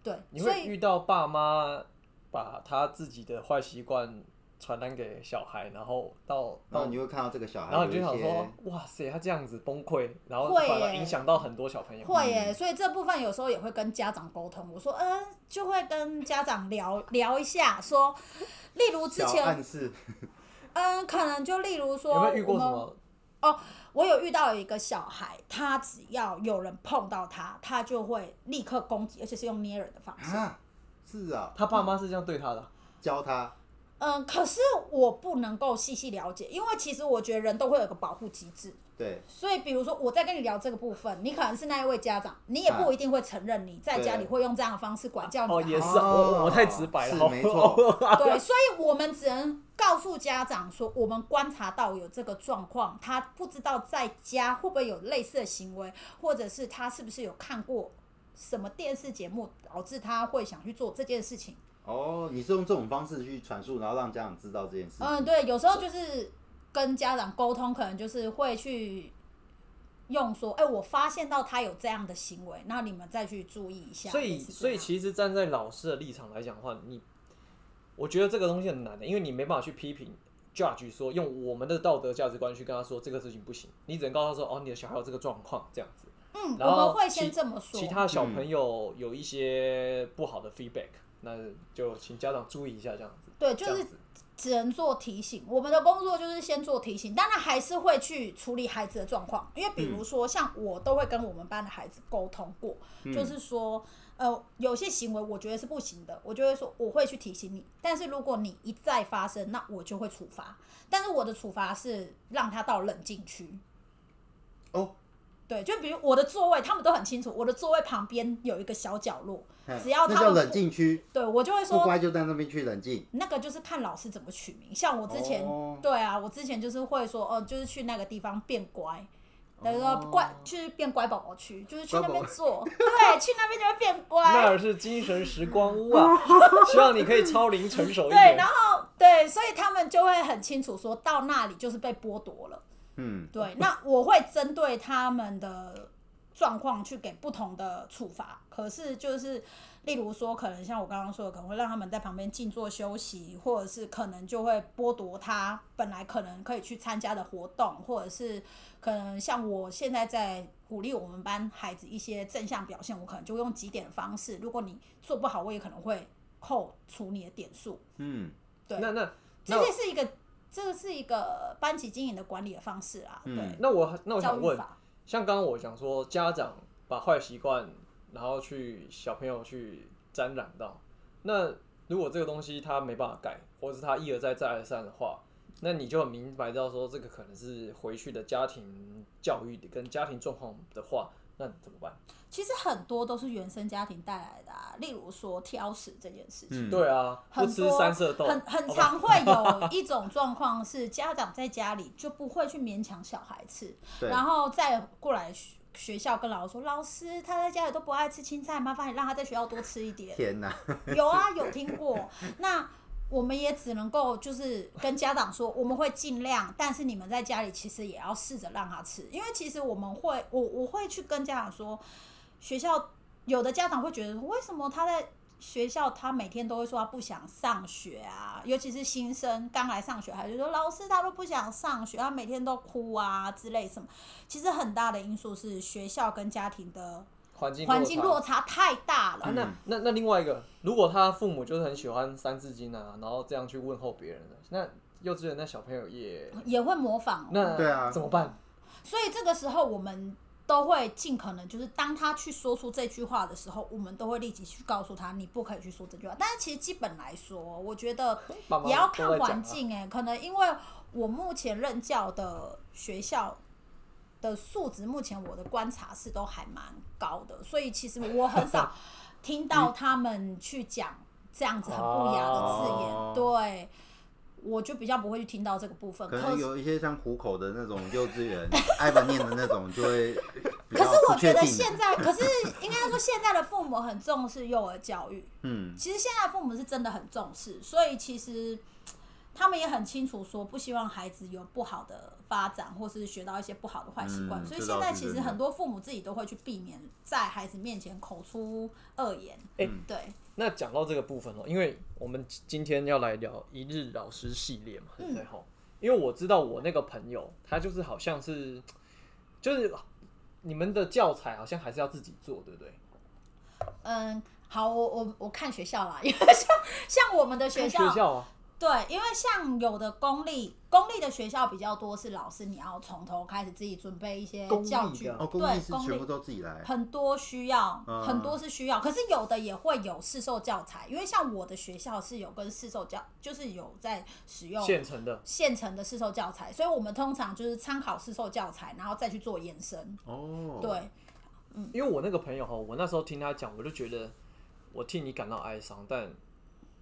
Speaker 3: 对，
Speaker 1: 你
Speaker 3: 所
Speaker 1: 会
Speaker 3: 以
Speaker 1: 遇到爸妈把他自己的坏习惯传染给小孩，然后到
Speaker 2: 然
Speaker 1: 到
Speaker 2: 后你就会看到这个小孩，
Speaker 1: 然后你就
Speaker 2: 有
Speaker 1: 想
Speaker 2: 一
Speaker 1: 说
Speaker 2: 些，
Speaker 1: 哇塞，他这样子崩溃，然后
Speaker 3: 会
Speaker 1: 反而
Speaker 3: 耶
Speaker 1: 影响到很多小朋友。
Speaker 3: 会哦耶、所以这部分有时候也会跟家长沟通。我说，嗯、就会跟家长聊聊一下，说，例如之
Speaker 2: 小
Speaker 3: 前
Speaker 2: 暗，示，
Speaker 3: 嗯、可能就例如说，
Speaker 1: 有没有遇过
Speaker 3: 我
Speaker 1: 什
Speaker 3: 们
Speaker 1: 么？
Speaker 3: 我有遇到有一个小孩，他只要有人碰到他，他就会立刻攻击，而且是用捏人的方式。
Speaker 2: 啊，是啊，
Speaker 1: 他爸妈是这样对他的啊，
Speaker 2: 教他，
Speaker 3: 嗯，可是我不能够细细了解，因为其实我觉得人都会有个保护机制。
Speaker 2: 对，
Speaker 3: 所以，比如说我在跟你聊这个部分，你可能是那一位家长，你也不一定会承认你在家里会用这样的方式管教
Speaker 1: 哎哦，
Speaker 3: 你
Speaker 1: 也
Speaker 3: 的
Speaker 1: 是
Speaker 3: 孩
Speaker 1: 啊，我我太直白了，
Speaker 2: 是
Speaker 1: 好
Speaker 2: 没错，
Speaker 3: 子。对， 所以我们只能告诉家长说，我们观察到有这个状况，他不知道在家会不会有类似的行为，或者是他是不是有看过什么电视节目，导致他会想去做这件事情。
Speaker 2: 哦，你是用这种方式去阐述，然后让家长知道这件事，
Speaker 3: 嗯，对，有时候就是跟家长沟通，可能就是会去用说，哎、我发现到他有这样的行为，那你们再去注意一下。
Speaker 1: 所
Speaker 3: 类
Speaker 1: 以，
Speaker 3: 似这
Speaker 1: 所以
Speaker 3: 样
Speaker 1: 其实站在老师的立场来讲的话，你，我觉得这个东西很难的，因为你没办法去批评 judge 说用我们的道德价值观去跟他说这个事情不行，你只能告诉他说哦，你的小孩有这个状况这样子。
Speaker 3: 嗯，
Speaker 1: 然
Speaker 3: 我们
Speaker 1: 后
Speaker 3: 会
Speaker 1: 其
Speaker 3: 先这么说。
Speaker 1: 其他小朋友有一些不好的 feedback，、那就请家长注意一下这样子。
Speaker 3: 对，就
Speaker 1: 这
Speaker 3: 是
Speaker 1: 样子
Speaker 3: 只能做提醒。我们的工作就是先做提醒，当然还是会去处理孩子的状况，因为比如说像我都会跟我们班的孩子沟通过，就是说，呃，有些行为我觉得是不行的，我就会说我会去提醒你，但是如果你一再发生，那我就会处罚，但是我的处罚是让他到冷静区。
Speaker 2: 哦，
Speaker 3: 对，就比如我的座位，他们都很清楚，我的座位旁边有一个小角落，
Speaker 2: 嗯
Speaker 3: 只要
Speaker 2: 那
Speaker 3: 他
Speaker 2: 叫
Speaker 3: 们
Speaker 2: 冷
Speaker 3: 不，
Speaker 2: 静区，
Speaker 3: 对我就会说
Speaker 2: 不乖就在那边去冷静，
Speaker 3: 那个就是看老师怎么取名。像我之前，
Speaker 2: 哦
Speaker 3: 对啊，我之前就是会说，哦，就是去那个地方变乖，等于说乖，就是变乖宝宝区，就是去
Speaker 2: 哦
Speaker 3: 那
Speaker 2: 乖宝
Speaker 3: 边
Speaker 2: 宝
Speaker 3: 做，对， 去那边就会变
Speaker 1: 那
Speaker 3: 乖。
Speaker 1: 儿是精神时光屋 啊，希望你可以超龄成熟一
Speaker 3: 对，
Speaker 1: 点
Speaker 3: 然。后对，所以他们就会很清楚说到那里就是被剥夺了。
Speaker 2: 嗯，
Speaker 3: 对，那我会针对他们的状况去给不同的处罚。可是就是，例如说，可能像我刚刚说的，可能会让他们在旁边静坐休息，或者是可能就会剥夺他本来可能可以去参加的活动，或者是可能像我现在在鼓励我们班孩子一些正向表现，我可能就会用几点的方式。如果你做不好，我也可能会扣除你的点数。
Speaker 2: 嗯，
Speaker 3: 对
Speaker 1: 那那
Speaker 3: 这
Speaker 1: 那
Speaker 3: 些是一个，这个是一个班级经营的管理的方式啊。
Speaker 2: 嗯
Speaker 3: 对，
Speaker 1: 那我那我
Speaker 3: 教
Speaker 1: 想
Speaker 3: 育
Speaker 1: 哦问，
Speaker 3: 法。
Speaker 1: 像刚刚我讲说，家长把坏习惯，然后去小朋友去沾染到，那如果这个东西他没办法改，或是他一而再再而三的话，那你就很明白到说，这个可能是回去的家庭教育跟家庭状况的话，那怎么办？
Speaker 3: 其实很多都是原生家庭带来的、啊，例如说挑食这件事情，
Speaker 2: 嗯
Speaker 1: 对啊，
Speaker 3: 很
Speaker 1: 不
Speaker 3: 多
Speaker 1: 吃三色豆，
Speaker 3: 很很
Speaker 1: 好吧
Speaker 3: 常会有一种状况是家长在家里就不会去勉强小孩吃，
Speaker 2: 对，
Speaker 3: 然后再过来学学校跟老师说，老师他在家里都不爱吃青菜，麻烦你让他在学校多吃一点。
Speaker 2: 天哪，
Speaker 3: 有啊，有听过。那我们也只能够就是跟家长说，我们会尽量，但是你们在家里其实也要试着让他吃，因为其实我们会，我我会去跟家长说，学校有的家长会觉得为什么他在。学校他每天都会说他啊不想上学啊，尤其是新生刚来上学，还就说老师他都不想上学，他每天都哭啊之类什么。其实很大的因素是学校跟家庭的
Speaker 1: 环境
Speaker 3: 环境落差太大了，
Speaker 2: 嗯
Speaker 1: 啊，那那那另外一个，如果他父母就是很喜欢《三字经》啊，然后这样去问候别人的，那幼稚园那小朋友也
Speaker 3: 也会模仿。
Speaker 1: 那
Speaker 2: 对啊
Speaker 1: 怎么办？
Speaker 3: 所以这个时候我们都会尽可能，就是当他去说出这句话的时候，我们都会立即去告诉他，你不可以去说这句话。但是其实基本来说，我觉得
Speaker 1: 爸妈
Speaker 3: 也要
Speaker 1: 都在
Speaker 3: 看
Speaker 1: 讲
Speaker 3: 环
Speaker 1: 啊
Speaker 3: 境哎、可能因为
Speaker 2: 啊
Speaker 3: 我目前任教的学校。的素质，目前我的观察是都还蛮高的，所以其实我很少听到他们去讲这样子很不雅的字眼，
Speaker 2: 哦
Speaker 3: 对，我就比较不会去听到这个部分。
Speaker 2: 可
Speaker 3: 可
Speaker 2: 能
Speaker 3: 是
Speaker 2: 有一些像虎口的那种幼稚 园，艾文念的那种就会比
Speaker 3: 可
Speaker 2: 较
Speaker 3: 是我
Speaker 2: 不确
Speaker 3: 觉
Speaker 2: 定。
Speaker 3: 得现在， 可是应该说现在的父母很重视幼儿教育。
Speaker 2: 嗯，
Speaker 3: 其实现在的父母是真的很重视，所以其实他们也很清楚说不希望孩子有不好的发展，或是学到一些不好的坏习惯。
Speaker 2: 嗯
Speaker 3: 所以
Speaker 2: 这
Speaker 3: 现
Speaker 2: 倒
Speaker 3: 在
Speaker 2: 是
Speaker 3: 其实
Speaker 2: 真的
Speaker 3: 很多父母自己都会去避免在孩子面前口出恶言。
Speaker 1: 哎
Speaker 2: 嗯
Speaker 3: 对，
Speaker 1: 那讲到这个部分哦，因为我们今天要来聊一日老师系列嘛，
Speaker 3: 嗯
Speaker 1: 对不对吼？因为我知道我那个朋友，他就是好像是，就是你们的教材好像还是要自己做，对不对？
Speaker 3: 嗯，好，我我我看学校啦，因为像像我们的学校，
Speaker 1: 看学校啊，
Speaker 3: 对，因为像有的公立公立的学校比较多，是老师你要从头开始自己准备一些
Speaker 1: 公立
Speaker 3: 教
Speaker 1: 的
Speaker 3: 具，
Speaker 1: 哦
Speaker 2: 哦，公益
Speaker 3: 对
Speaker 2: 是
Speaker 3: 公
Speaker 2: 全部
Speaker 3: 立
Speaker 2: 都自己来，
Speaker 3: 很多需要，
Speaker 2: 嗯
Speaker 3: 很多是需要，可是有的也会有市售教材，因为像我的学校是有跟市售教，就是有在使用
Speaker 1: 现成的。
Speaker 3: 现成的市售教材，所以我们通常就是参考市售教材，然后再去做延伸。
Speaker 2: 哦，
Speaker 3: 对，
Speaker 1: 因为我那个朋友哈，我那时候听他讲，我就觉得我替你感到哀伤，但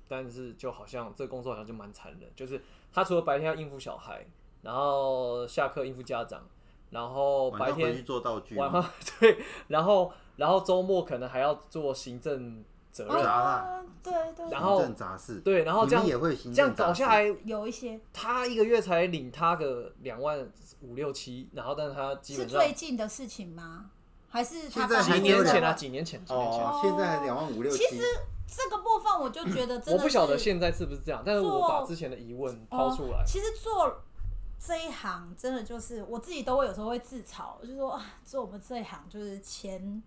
Speaker 1: 但是就好像这个工作好像就蛮残忍，就是他除了白天要应付小孩，然后下课应付家长，然后
Speaker 2: 晚
Speaker 1: 白
Speaker 2: 上回
Speaker 1: 天
Speaker 2: 去做道具，
Speaker 1: 晚上 对，然后然后周末可能还要做行政责任，
Speaker 2: 杂啦
Speaker 3: 啊，对对，
Speaker 1: 然后
Speaker 2: 行政杂事，
Speaker 1: 对，然后这
Speaker 2: 你
Speaker 1: 样
Speaker 2: 们也会行
Speaker 1: 这样
Speaker 2: 政杂
Speaker 1: 搞
Speaker 2: 事
Speaker 1: 下，来，
Speaker 3: 有一些
Speaker 1: 他一个月才领他个两万五六七，然后但是他基
Speaker 3: 是
Speaker 1: 本上
Speaker 3: 最近的事情吗？还是他
Speaker 2: 现在
Speaker 3: 刚
Speaker 1: 几
Speaker 2: 还
Speaker 3: 刚
Speaker 2: 没有
Speaker 1: 年
Speaker 3: 出
Speaker 1: 前
Speaker 3: 来
Speaker 1: 啊，几年前，几年前，
Speaker 2: 哦，现在还两万五六七，
Speaker 3: 其实这个部分我就觉得真的
Speaker 1: 我不晓得
Speaker 3: 是
Speaker 1: 现在是不是这样，但是我把
Speaker 3: 做
Speaker 1: 之前的疑问抛出来
Speaker 3: 哦。。其实做这一行真的就是我自己都会有时候会自嘲，就是说啊，做我们这一行就是钱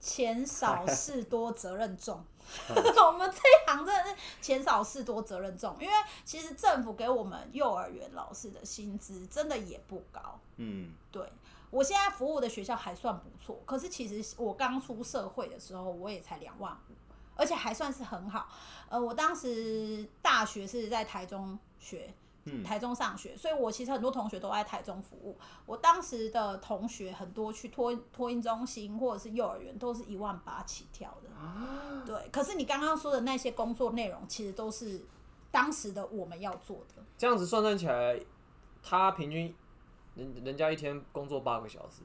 Speaker 3: 钱少事多，责任重。 我们这一行真的是钱少事多，责任重，因为其实政府给我们幼儿园老师的薪资真的也不高，
Speaker 2: 嗯，
Speaker 3: 对。我现在服务的学校还算不错，可是其实我刚出社会的时候，我也才两万五，而且还算是很好。呃，我当时大学是在台中学，
Speaker 2: 嗯
Speaker 3: 台中上学，所以我其实很多同学都在台中服务。我当时的同学很多去托托婴中心或者是幼儿园，都是一万八起跳的。
Speaker 2: 啊
Speaker 3: 对，可是你刚刚说的那些工作内容，其实都是当时的我们要做的。
Speaker 1: 这样子算算起来，他平均人人家一天工作八个小时，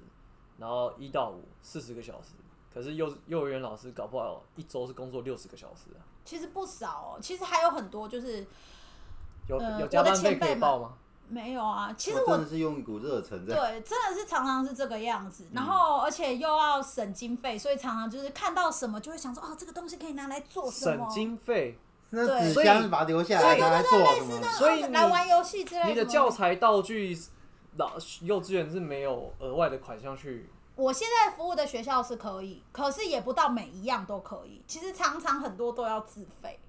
Speaker 1: 然后一到五四十个小时，可是幼幼儿园老师搞不好一周是工作六十个小时啊、
Speaker 3: 其实不少、哦，其实还有很多就是
Speaker 1: 有、
Speaker 3: 呃
Speaker 1: 有
Speaker 3: 我
Speaker 1: 加
Speaker 3: 的
Speaker 1: 班费
Speaker 3: 前
Speaker 1: 可
Speaker 3: 辈
Speaker 1: 以
Speaker 3: 们
Speaker 1: 报吗？
Speaker 3: 没有啊，其实
Speaker 2: 哦
Speaker 3: 我
Speaker 2: 真的是用一股热忱在，
Speaker 3: 对，真的是常常是这个样
Speaker 1: 嗯
Speaker 3: 子，然后而且又要省经费，所以常常就是看到什么就会想说，哦，这个东西可以拿来做什
Speaker 1: 省
Speaker 3: 么？
Speaker 1: 经费，
Speaker 2: 那
Speaker 3: 对
Speaker 2: 纸
Speaker 1: 所以
Speaker 2: 箱把它留下来拿来做什么？
Speaker 1: 所以
Speaker 3: 哦
Speaker 1: 你
Speaker 3: 来玩游戏之类的。
Speaker 1: 你的教，材道具，老幼稚园是没有额外的款项去。
Speaker 3: 我现在服务的学校是可以，可是也不到每一样都可以。其实常常很多都要自费。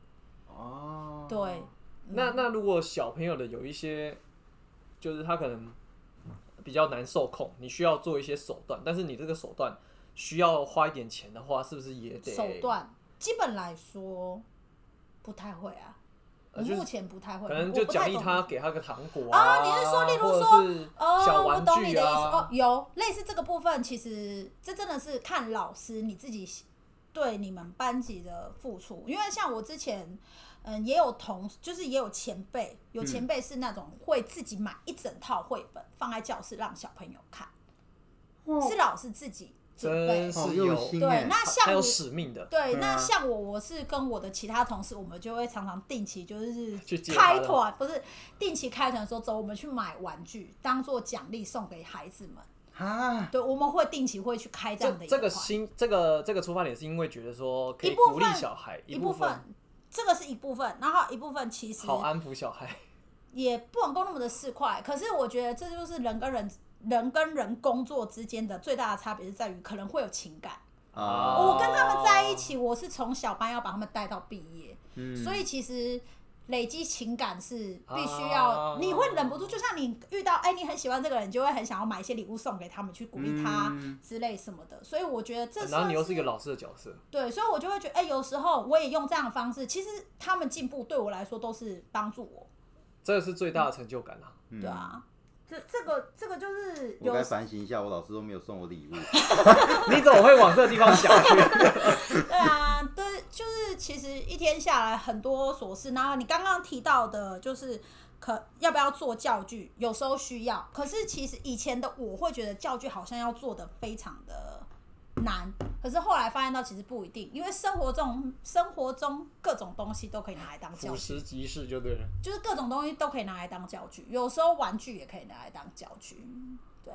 Speaker 2: 哦，
Speaker 3: 对，
Speaker 1: 那那如果小朋友的有一些，就是他可能比较难受控，你需要做一些手段，但是你这个手段需要花一点钱的话，是不是也得
Speaker 3: 手？段基本来说不太会啊，我
Speaker 1: 呃就是
Speaker 3: 目前不太会，
Speaker 1: 可能
Speaker 3: 我
Speaker 1: 就
Speaker 3: 不
Speaker 1: 奖
Speaker 3: 太
Speaker 1: 励
Speaker 3: 懂
Speaker 1: 他，给他个糖果啊
Speaker 3: 哦你是说例如
Speaker 1: 或者
Speaker 3: 说
Speaker 1: 是
Speaker 3: 哦，
Speaker 1: 小
Speaker 3: 我
Speaker 1: 玩
Speaker 3: 懂你
Speaker 1: 具
Speaker 3: 的意思哦
Speaker 1: 啊，，
Speaker 3: 有类似这个部分，其实这真的是看老师你自己对你们班级的付出，因为像我之前，嗯，也有同，就是也有前辈，有前辈是那种会自己买一整套绘本放在教室让小朋友看，是老师自己准备
Speaker 1: 嗯真。
Speaker 2: 好
Speaker 1: 是嗯
Speaker 2: 用
Speaker 1: 有
Speaker 2: 心
Speaker 3: 对
Speaker 2: 哎，，
Speaker 3: 那
Speaker 1: 还
Speaker 3: 像
Speaker 1: 有
Speaker 3: 我。
Speaker 1: 使命的，
Speaker 3: 对，
Speaker 2: 对啊
Speaker 3: 那像我，我是跟我的其他同事，我们就会常常定期就是
Speaker 1: 去借他
Speaker 3: 开
Speaker 1: 的
Speaker 3: 团，不是定期开团的时候，走我们去买玩具，当做奖励送给孩子们。
Speaker 2: 啊，
Speaker 3: 对，我们会定期会去开这
Speaker 1: 这
Speaker 3: 样的一
Speaker 1: 这个
Speaker 3: 团
Speaker 1: 心，这个这个出发点是因为觉得说可以
Speaker 3: 一部分
Speaker 1: 鼓励小孩，
Speaker 3: 一
Speaker 1: 部
Speaker 3: 部分，这个是一部分，然后一部分其实
Speaker 1: 好啊安抚小孩。
Speaker 3: 也不能够那么的市侩，可是我觉得这就是人跟人。人跟人工作之间的最大的差别是在于可能会有情感。
Speaker 2: 啊，
Speaker 1: 哦
Speaker 3: 我跟他们在一起，我是从小班要把他们带到毕业，
Speaker 1: 嗯
Speaker 3: 所以其实累积情感是必须要，
Speaker 1: 啊
Speaker 3: 你会忍不住，就像你遇到哎、你很喜欢这个人，你就会很想要买一些礼物送给他们，去鼓励他
Speaker 2: 嗯
Speaker 3: 之类什么的。所以我觉得这
Speaker 1: 然后
Speaker 3: 算
Speaker 1: 你又是一
Speaker 3: 是
Speaker 1: 个老师的角色，
Speaker 3: 对，所以我就会觉得，哎、有时候我也用这样的方式，其实他们进步对我来说都是帮助我，
Speaker 1: 这个是最大的成就感啊！
Speaker 2: 嗯
Speaker 3: 对，啊，这这个这个就是
Speaker 2: 我
Speaker 3: 有
Speaker 2: 该反省一下，我老师都没有送我 礼物，
Speaker 1: 你怎么会往这个地方想去？
Speaker 3: 对啊，对，就是其实一天下来很多琐事，然后你刚刚提到的，就是可要不要做教具，有时候需要，可是其实以前的我会觉得教具好像要做的非常的难，可是后来发现到其实不一定，因为生活中生活中各种东西都可以拿来当教
Speaker 1: 五
Speaker 3: 具，
Speaker 1: 十集市就对了。
Speaker 3: 就是各种东西都可以拿来当教具，有时候玩具也可以拿来当教具，对，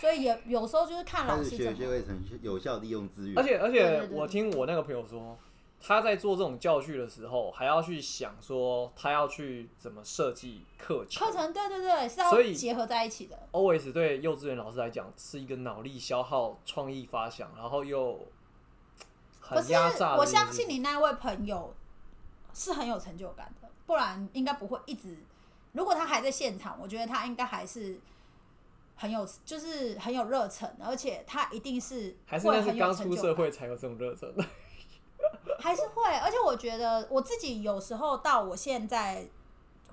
Speaker 3: 所以也有时候就是看老
Speaker 2: 开始
Speaker 3: 师
Speaker 2: 学
Speaker 3: 怎
Speaker 2: 学
Speaker 3: 么，
Speaker 2: 会程序有效利用资源，
Speaker 1: 而且而
Speaker 3: 对
Speaker 1: 且
Speaker 3: 对，对
Speaker 1: 我听我那个朋友说，他在做这种教具的时候，还要去想说他要去怎么设计课程
Speaker 3: 课。程对对对是要
Speaker 1: 所以
Speaker 3: 结合在一起的。
Speaker 1: always 对幼稚园老师来讲是一个脑力消耗、创意发想，然后又
Speaker 3: 可
Speaker 1: 很
Speaker 3: 是
Speaker 1: 压榨的
Speaker 3: 我
Speaker 1: 一件
Speaker 3: 相
Speaker 1: 事
Speaker 3: 信你那位朋友是很有成就感的，不然应该不会一直。如果他还在现场，我觉得他应该还是很有，就是很有热忱，而且他一定是
Speaker 1: 还是
Speaker 3: 会
Speaker 1: 那是
Speaker 3: 很有
Speaker 1: 刚
Speaker 3: 成
Speaker 1: 出
Speaker 3: 就
Speaker 1: 社
Speaker 3: 感
Speaker 1: 会才有这种热忱。
Speaker 3: 还是会，而且我觉得我自己有时候到我现在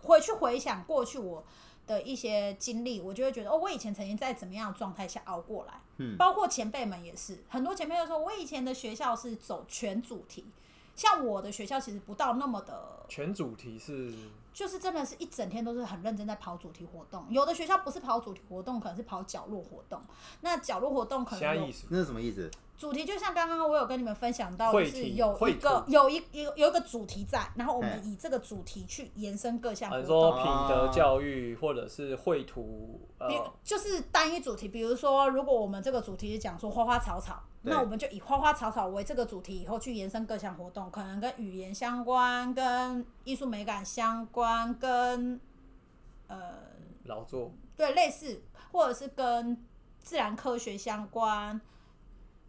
Speaker 3: 回去回想过去我的一些经历，我就会觉得哦，我以前曾经在怎么样的状态下熬过来，
Speaker 2: 嗯
Speaker 3: 包括前辈们也是，很多前辈就说我以前的学校是走全主题，像我的学校其实不到那么的，
Speaker 1: 全主题是
Speaker 3: 就是真的是一整天都是很认真在跑主题活动，有的学校不是跑主题活动，可能是跑角落活动，那角落活动可
Speaker 1: 虾
Speaker 3: 能有
Speaker 1: 意思，
Speaker 2: 那是什么意思？
Speaker 3: 主题就像刚刚我有跟你们分享到，就
Speaker 1: 会
Speaker 3: 是
Speaker 1: 题
Speaker 3: 有
Speaker 1: 会
Speaker 3: 一个
Speaker 1: 图
Speaker 3: 有一有有一个主题在，然后我
Speaker 2: 哎
Speaker 3: 们以这个主题去延伸各项
Speaker 1: 啊
Speaker 3: 活
Speaker 1: 你说
Speaker 3: 动。
Speaker 1: 品德教育或者是绘图，
Speaker 3: 比
Speaker 1: 呃，
Speaker 3: 就是单一主题，比如说，如果我们这个主题是讲说花花草草，
Speaker 2: 对
Speaker 3: 那我们就以花花草草为这个主题，以后去延伸各项活动，可能跟语言相关，跟艺术美感相关，跟呃
Speaker 1: 劳作
Speaker 3: 对，类似，或者是跟自然科学相关、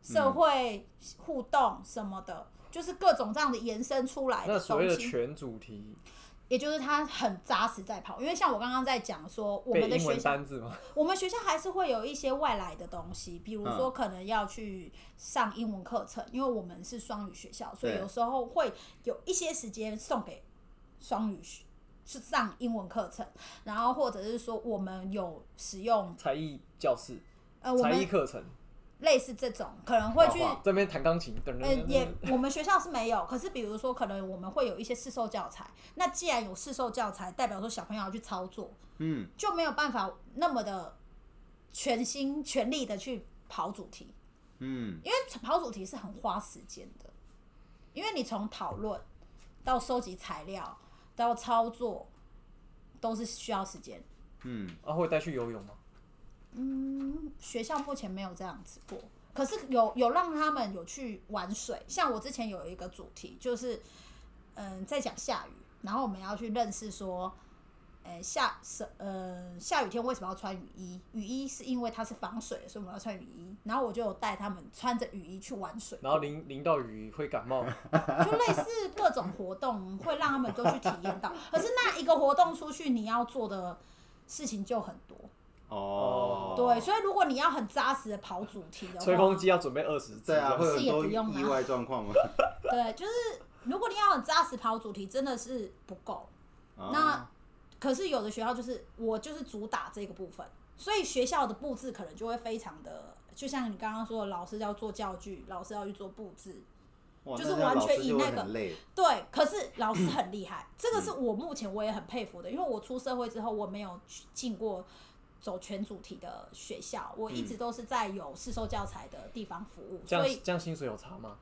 Speaker 3: 社
Speaker 1: 嗯
Speaker 3: 会互动什么的，就是各种这样的延伸出来
Speaker 1: 那
Speaker 3: 的
Speaker 1: 所谓
Speaker 3: 哎东
Speaker 1: 的
Speaker 3: 西。
Speaker 1: 全主题
Speaker 3: 也就是他很扎实在跑，因为像我刚刚在讲说，我
Speaker 1: 背
Speaker 3: 们的
Speaker 1: 英
Speaker 3: 学
Speaker 1: 文
Speaker 3: 校，
Speaker 1: 单字吗？
Speaker 3: 我们学校还是会有一些外来的东西，比如
Speaker 1: 嗯
Speaker 3: 说可能要去上英文课程，因为我们是双语学校，所以
Speaker 2: 对
Speaker 3: 有时候会有一些时间送给双语学是上英文课程，然后或者是说我们有使用
Speaker 1: 才艺教室、
Speaker 3: 呃，我
Speaker 1: 才艺
Speaker 3: 们
Speaker 1: 课程，
Speaker 3: 类似这种可能会去，
Speaker 1: 画画这边弹钢琴，等
Speaker 3: 呃，
Speaker 1: 等
Speaker 3: 也我们学校是没有，可是比如说可能我们会有一些试售教材，那既然有试售教材，代表说小朋友要去操作，
Speaker 2: 嗯，
Speaker 3: 就没有办法那么的全心全力的去跑主题，
Speaker 2: 嗯，
Speaker 3: 因为跑主题是很花时间的，因为你从讨论到收集材料到操作都是需要时间。
Speaker 2: 嗯，
Speaker 1: 啊，会带去游泳吗？
Speaker 3: 嗯，学校目前没有这样子过，可是有有让他们有去玩水。像我之前有一个主题就是，嗯，在讲下雨，然后我们要去认识说，呃、下什呃下雨天为什么要穿雨衣？雨衣是因为它是防水，所以我们要穿雨衣。然后我就有带他们穿着雨衣去玩水，
Speaker 1: 然后淋淋到雨会感冒，
Speaker 3: 就类似各种活动，会让他们都去体验到。可是那一个活动出去，你要做的事情就很多。
Speaker 2: 哦，
Speaker 3: 对，所以如果你要很扎实的跑主题的话，
Speaker 1: 吹风机要准备二十支。
Speaker 2: 对啊，会有
Speaker 3: 是
Speaker 2: 很
Speaker 3: 也
Speaker 2: 多
Speaker 3: 不用啊
Speaker 2: 意外状况 嘛。
Speaker 3: 对，就是如果你要很扎实跑主题，真的是不够。那
Speaker 2: 哦
Speaker 3: 可是有的学校就是我就是主打这个部分，所以学校的布置可能就会非常的，就像你刚刚说的，老师要做教具，老师要去做布置，
Speaker 2: 哇
Speaker 3: 就是
Speaker 2: 那这样
Speaker 3: 完全
Speaker 2: 老师
Speaker 3: 以
Speaker 2: 就会
Speaker 3: 那个
Speaker 2: 很累
Speaker 3: 对。可是老师很 厉害，这个是我目前我也很佩服的，因为我出社会之后我没有去进过。走全主题的学校，我一直都是在有试售教材的地方服务，
Speaker 1: 嗯这
Speaker 3: 所
Speaker 1: 样
Speaker 3: 以
Speaker 1: 这样薪水有差吗？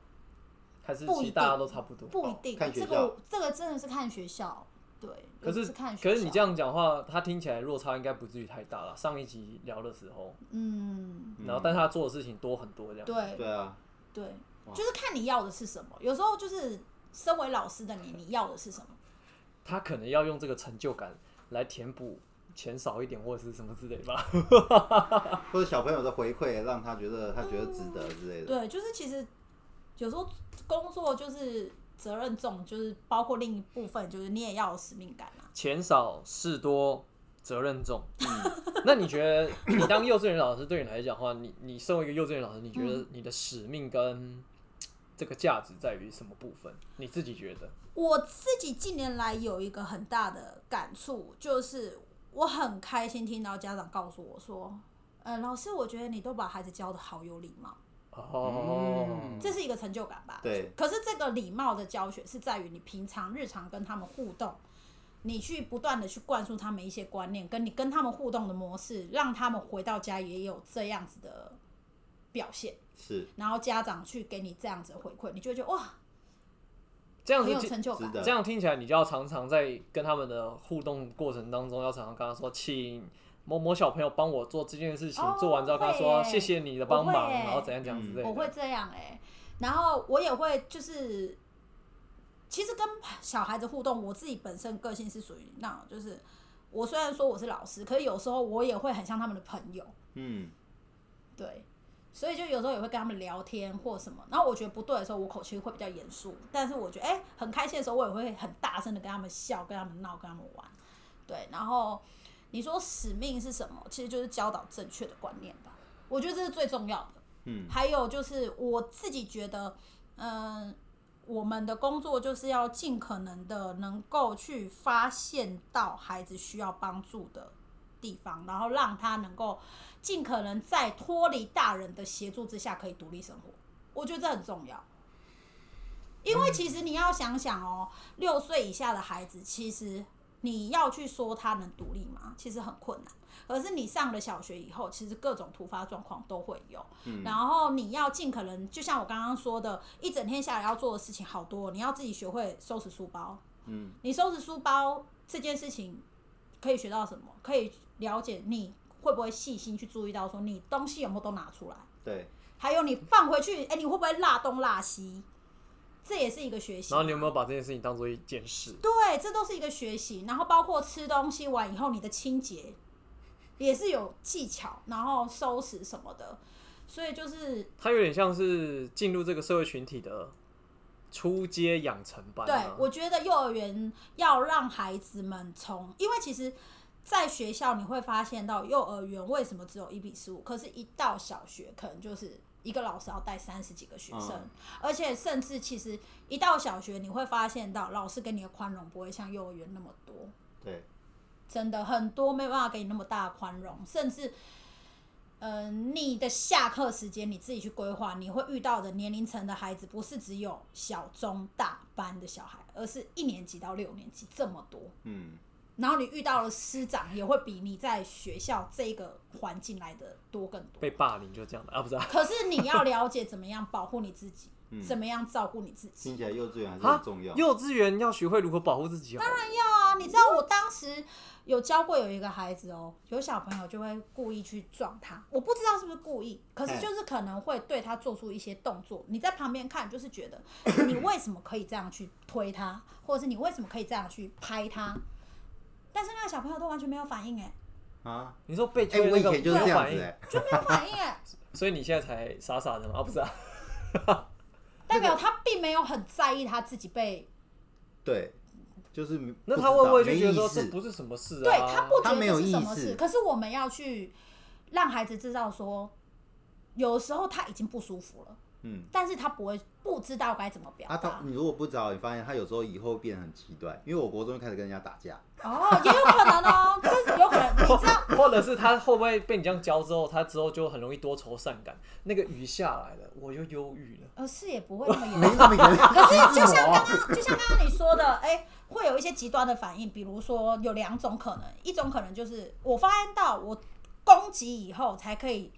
Speaker 1: 还是
Speaker 3: 不
Speaker 1: 其
Speaker 3: 一
Speaker 1: 实大家
Speaker 3: 定
Speaker 1: 都差不多？
Speaker 3: 不一定。
Speaker 2: 看学
Speaker 3: 这
Speaker 2: 校
Speaker 3: 个这个真的是看学校，对。
Speaker 1: 可
Speaker 3: 是
Speaker 1: 是
Speaker 3: 看学校。
Speaker 1: 可是你这样讲话，他听起来落差应该不至于太大了。上一集聊的时候，
Speaker 3: 嗯，
Speaker 1: 然后但他做的事情多很多这样。
Speaker 3: 对
Speaker 2: 对啊，
Speaker 3: 对，
Speaker 2: 哇
Speaker 3: 就是看你要的是什么。有时候就是身为老师的你，你要的是什么？
Speaker 1: 他可能要用这个成就感来填补钱少一点或者是什么之类吧。
Speaker 2: 或者小朋友的回馈让他觉得他觉得值得之类的。
Speaker 3: 对，就是其实有时候工作就是责任重，就是包括另一部分，就是你也要有使命感啊。
Speaker 1: 钱少事多，责任重。 那你觉得你当幼稚园老师对你来讲的话，你你身为一个幼稚园老师，你觉得你的使命跟这个价值在于什么部分？你自己觉得？
Speaker 3: 我自己近年来有一个很大的感触，就是我很开心听到家长告诉我说。呃，老师，我觉得你都把孩子教的好有礼貌，
Speaker 1: 哦，
Speaker 2: 嗯
Speaker 3: 这是一个成就感吧？
Speaker 2: 对
Speaker 3: 可是这个礼貌的教学是在于你平常日常跟他们互动，你去不断的去灌输他们一些观念，跟你跟他们互动的模式，让他们回到家也有这样子的表现，
Speaker 2: 是
Speaker 3: 然后家长去给你这样子的回馈，你就会觉得哇，
Speaker 1: 这样
Speaker 3: 很
Speaker 1: 子
Speaker 3: 有
Speaker 1: 听
Speaker 3: 成就感
Speaker 2: 是。的
Speaker 1: 这样听起来，你就要常常在跟他们的互动过程当中，要常常跟他说，请某某小朋友帮我做这件事情，
Speaker 3: 哦
Speaker 1: 做完之后跟他
Speaker 3: 会
Speaker 1: 说
Speaker 3: 耶
Speaker 1: 谢谢你的帮忙，
Speaker 3: 我会耶
Speaker 1: 然后怎样讲之类的。
Speaker 3: 我会这样哎、然后我也会就是，其实跟小孩子互动，我自己本身个性是属于那种，就是我虽然说我是老师，可是有时候我也会很像他们的朋友。
Speaker 2: 嗯，
Speaker 3: 对，所以就有时候也会跟他们聊天或什么。然后我觉得不对的时候，我口气会比较严肃，但是我觉得哎、很开心的时候，我也会很大声的跟他们笑、跟他们闹、跟他们玩。对，然后你说使命是什么？其实就是教导正确的观念吧。我觉得这是最重要的。
Speaker 2: 嗯，
Speaker 3: 还有就是我自己觉得，嗯、我们的工作就是要尽可能的能够去发现到孩子需要帮助的地方，然后让他能够尽可能在脱离大人的协助之下可以独立生活。我觉得这很重要，因为其实你要想想哦，六岁以下的孩子，其实你要去说他能独立吗？其实很困难。可是你上了小学以后，其实各种突发状况都会有，
Speaker 1: 嗯
Speaker 3: 然后你要尽可能，就像我刚刚说的，一整天下来要做的事情好多，你要自己学会收拾书包。
Speaker 2: 嗯，
Speaker 3: 你收拾书包这件事情可以学到什么？可以了解你会不会细心去注意到说你东西有没有都拿出来，
Speaker 2: 对，
Speaker 3: 还有你放回去，哎、你会不会落东落西？这也是一个学习。
Speaker 1: 然后你有没有把这件事情当做一件事？
Speaker 3: 对，这都是一个学习。然后包括吃东西完以后，你的清洁也是有技巧，然后收拾什么的。所以就是
Speaker 1: 它有点像是进入这个社会群体的初阶养成班、
Speaker 3: 对
Speaker 1: 啊。，
Speaker 3: 我觉得幼儿园要让孩子们从，因为其实，在学校你会发现到幼儿园为什么只有一比十五，可是，一到小学可能就是一个老师要带三十几个学生，
Speaker 2: 嗯
Speaker 3: 而且甚至其实一到小学你会发现到老师给你的宽容不会像幼儿园那么多，
Speaker 2: 对，
Speaker 3: 真的很多没有办法给你那么大的宽容，甚至，呃，你的下课时间你自己去规划，你会遇到的年龄层的孩子不是只有小中大班的小孩，而是一年级到六年级这么多。
Speaker 2: 嗯，
Speaker 3: 然后你遇到了师长，也会比你在学校这个环境来的多更多
Speaker 1: 被。霸凌就这样的啊，不是啊，
Speaker 3: 可是你要了解怎么样保护你自己，怎么样照顾你自己
Speaker 2: 嗯听。起来幼稚园还是
Speaker 1: 啊
Speaker 2: 很重要。
Speaker 1: 幼稚园要学会如何保护自己好了。
Speaker 3: 啊，你知道我当时有教过有一个孩子哦，有小朋友就会故意去撞他，我不知道是不是故意，可是
Speaker 2: 嘿
Speaker 3: 就是可能会对他做出一些动作，你在旁边看就是觉得你为什么可以这样去推他，或者是你为什么可以这样去拍他，但是那个小朋友都完全没有反应哎，
Speaker 2: 啊，
Speaker 1: 你说被
Speaker 2: 哎、
Speaker 1: 推
Speaker 2: 我
Speaker 1: 那
Speaker 2: 以
Speaker 1: 个
Speaker 2: 前就是这
Speaker 1: 没有
Speaker 2: 样
Speaker 1: 反
Speaker 2: 子
Speaker 1: 应
Speaker 2: 哎、
Speaker 3: 就没有反应 哎，
Speaker 1: 所以你现在才傻傻的吗？啊，不是啊，
Speaker 3: 代表他并没有很在意他自己被，
Speaker 2: 对，就是你
Speaker 1: 那
Speaker 2: 不
Speaker 1: 他
Speaker 2: 知
Speaker 1: 会
Speaker 2: 道
Speaker 1: 不会就
Speaker 2: 没
Speaker 1: 觉得
Speaker 2: 意
Speaker 1: 说
Speaker 2: 识
Speaker 1: 这不是什么事啊？
Speaker 3: 对他不觉
Speaker 2: 他没
Speaker 3: 得
Speaker 2: 有
Speaker 3: 这是
Speaker 2: 意
Speaker 3: 什么
Speaker 2: 识
Speaker 3: 事，可是我们要去让孩子知道说，有时候他已经不舒服了。
Speaker 2: 嗯，
Speaker 3: 但是他不会不知道该怎么表
Speaker 2: 啊，
Speaker 3: 达
Speaker 2: 他。你如果不找，你发现他有时候以后变得很极端，因为我国中就开始跟人家打 架，
Speaker 3: 哦，也有可能 哦，这有可能。你知道，
Speaker 1: 或或者是他会不会被你这样教之后，他之后就很容易多愁善感？那个雨下来了，我又忧郁了。
Speaker 3: 呃，是也不会那么严
Speaker 2: 没
Speaker 3: 重。
Speaker 2: 那么严重。
Speaker 3: 可是就像刚刚，就像刚刚你说的，哎、会有一些极端的反应，比如说有两种可能，一种可能就是我发现到我攻击以后才可以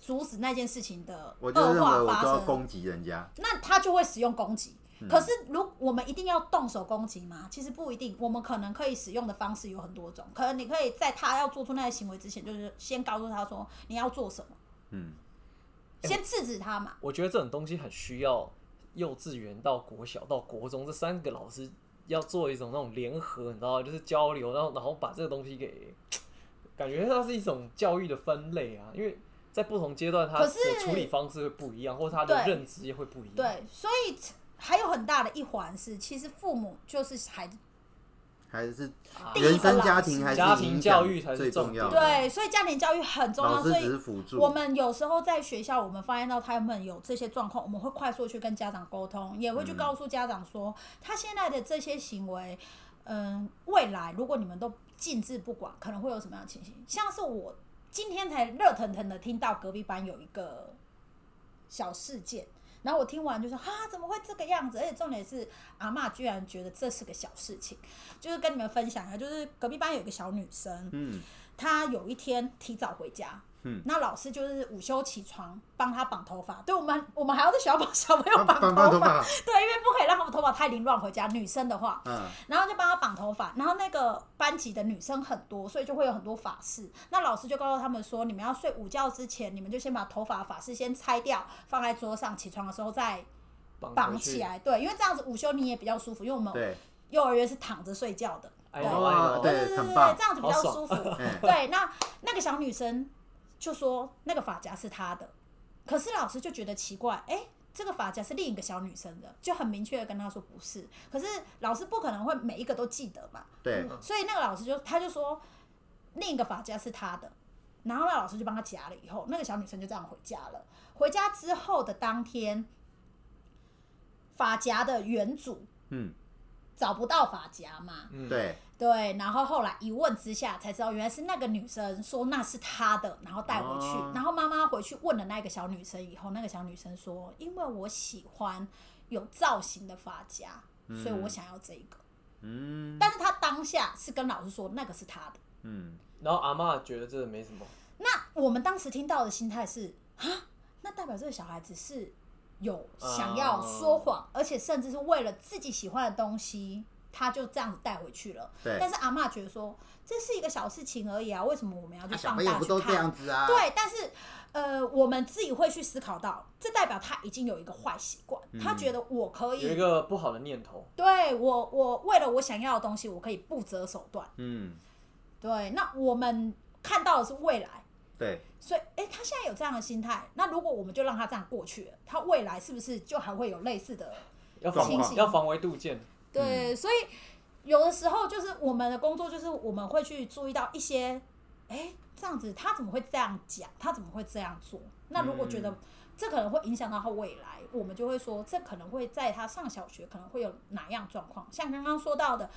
Speaker 3: 阻止那件事情的
Speaker 2: 我就认
Speaker 3: 恶
Speaker 2: 为
Speaker 3: 化
Speaker 2: 我
Speaker 3: 发
Speaker 2: 都要
Speaker 3: 生，
Speaker 2: 攻击人家，
Speaker 3: 那他就会使用攻击。可是，如我们一定要动手攻击吗？其实不一定，我们可能可以使用的方式有很多种。可能你可以在他要做出那些行为之前，就是先告诉他说你要做什么，
Speaker 2: 嗯，
Speaker 3: 先制止他嘛。
Speaker 1: 我觉得这种东西很需要幼稚园到国小到国中这三个老师要做一种那种联合，你知道吗？就是交流，然后然后把这个东西给感觉它是一种教育的分类啊，因为在不同阶段他
Speaker 3: 可
Speaker 1: 的
Speaker 3: 是
Speaker 1: 处理方式会不一样，或者他的
Speaker 3: 对
Speaker 1: 认知也会
Speaker 2: 嗯
Speaker 1: 不一样。，
Speaker 3: 对，所以还有很大的一环是，其实父母就是孩子。
Speaker 2: 还是
Speaker 1: 啊
Speaker 3: 第一个
Speaker 2: 原生家
Speaker 3: 老师
Speaker 2: 庭还是
Speaker 1: 家庭
Speaker 2: 影
Speaker 1: 教
Speaker 2: 响
Speaker 1: 育才是
Speaker 2: 最
Speaker 1: 重
Speaker 2: 重
Speaker 1: 点
Speaker 2: 要的。
Speaker 3: 对，所以家庭教育很重要。
Speaker 2: 哦老师
Speaker 3: 所
Speaker 2: 只
Speaker 3: 以
Speaker 2: 是辅助。
Speaker 3: 我们有时候在学校，我们发现到他们有这些状况，我们会快速去跟家长沟通，也会去告诉家长说，他现在的这些行为，嗯，未来如果你们都禁止不管，可能会有什么样的情形？像是我今天才热腾腾的听到隔壁班有一个小事件。然后我听完就说啊，怎么会这个样子？而且重点是，阿嬷居然觉得这是个小事情，就是跟你们分享一下，就是隔壁班有一个小女生，
Speaker 2: 嗯，
Speaker 3: 她有一天提早回家，
Speaker 2: 嗯
Speaker 3: 那老师就是午休起床帮她绑头发，对我们我们还要在小帮小朋友
Speaker 2: 绑
Speaker 3: 绑
Speaker 2: 绑
Speaker 3: 头
Speaker 2: 头
Speaker 3: 发，
Speaker 2: 发，
Speaker 3: 对，因为不可以让他们头发太凌乱回家，女生的话，
Speaker 2: 嗯，
Speaker 3: 然后就帮她绑头发，然后那个班级的女生很多，所以就会有很多发饰，那老师就告诉他们说，你们要睡午觉之前，你们就先把头发的发饰先拆掉，放在桌上，起床的时候再绑啊
Speaker 1: 回去
Speaker 3: 起。来，对，因为这样子午休你也比较舒服，因为我们
Speaker 2: 对，
Speaker 3: 幼儿园是躺着睡觉的，
Speaker 1: 哎
Speaker 3: 对
Speaker 1: 呦哎
Speaker 2: 哇
Speaker 1: 呦，
Speaker 2: 对
Speaker 3: 哦对对
Speaker 2: 很
Speaker 3: 对，
Speaker 2: 棒
Speaker 3: 这样子比较
Speaker 1: 好爽
Speaker 3: 舒服。
Speaker 2: 嗯，
Speaker 3: 对，那那个小女生就说那个发夹是她的，可是老师就觉得奇怪，哎、这个发夹是另一个小女生的，就很明确的跟她说不是。可是老师不可能会每一个都记得嘛，
Speaker 2: 对，
Speaker 3: 所以那个老师就他就说另一个发夹是她的，然后那老师就帮她夹了，以后那个小女生就这样回家了。回家之后的当天，发夹的原主
Speaker 2: 嗯，
Speaker 3: 找不到发夹嘛，
Speaker 1: 嗯，
Speaker 2: 对，
Speaker 3: 对，然后后来一问之下才知道，原来是那个女生说那是她的，然后带回去。
Speaker 2: 哦
Speaker 3: 然后妈妈回去问了那个小女生以后，那个小女生说，因为我喜欢有造型的发夹，所以我想要这个。
Speaker 2: 嗯
Speaker 3: 但是她当下是跟老师说那个是她的。
Speaker 2: 嗯，
Speaker 1: 然后阿妈觉得这没什么，
Speaker 3: 那我们当时听到的心态是啊，那代表这个小孩子是有想要说谎，而且甚至是为了自己喜欢的东西，他就这样子带回去了。
Speaker 2: 对
Speaker 3: 但是阿嬷觉得说这是一个小事情而已啊，为什么我们要去
Speaker 2: 啊小
Speaker 3: 放
Speaker 2: 朋友
Speaker 3: 大
Speaker 2: 不
Speaker 3: 去
Speaker 2: 都这
Speaker 3: 看？
Speaker 2: 样子啊？，
Speaker 3: 对，但是呃，我们自己会去思考到，这代表他已经有一个坏习惯，
Speaker 2: 嗯
Speaker 3: 他觉得我
Speaker 1: 有
Speaker 3: 可
Speaker 1: 一
Speaker 3: 以。
Speaker 1: 个不好的念头。
Speaker 3: 对我，我为了我想要的东西，我可以不择手段。
Speaker 2: 嗯，
Speaker 3: 对，那我们看到的是未来，
Speaker 2: 对，
Speaker 3: 所以，哎、他现在有这样的心态，那如果我们就让他这样过去了，他未来是不是就还会有类似的？
Speaker 1: 要防
Speaker 2: 状
Speaker 3: 况
Speaker 1: 要防微杜渐，嗯
Speaker 3: 对，所以有的时候就是我们的工作，就是我们会去注意到一些，哎、这样子他怎么会这样讲，他怎么会这样做？那如果觉
Speaker 1: 嗯
Speaker 3: 得这可能会影响到他未来，我们就会说，这可能会在他上小学可能会有哪样状况？像刚刚说到的，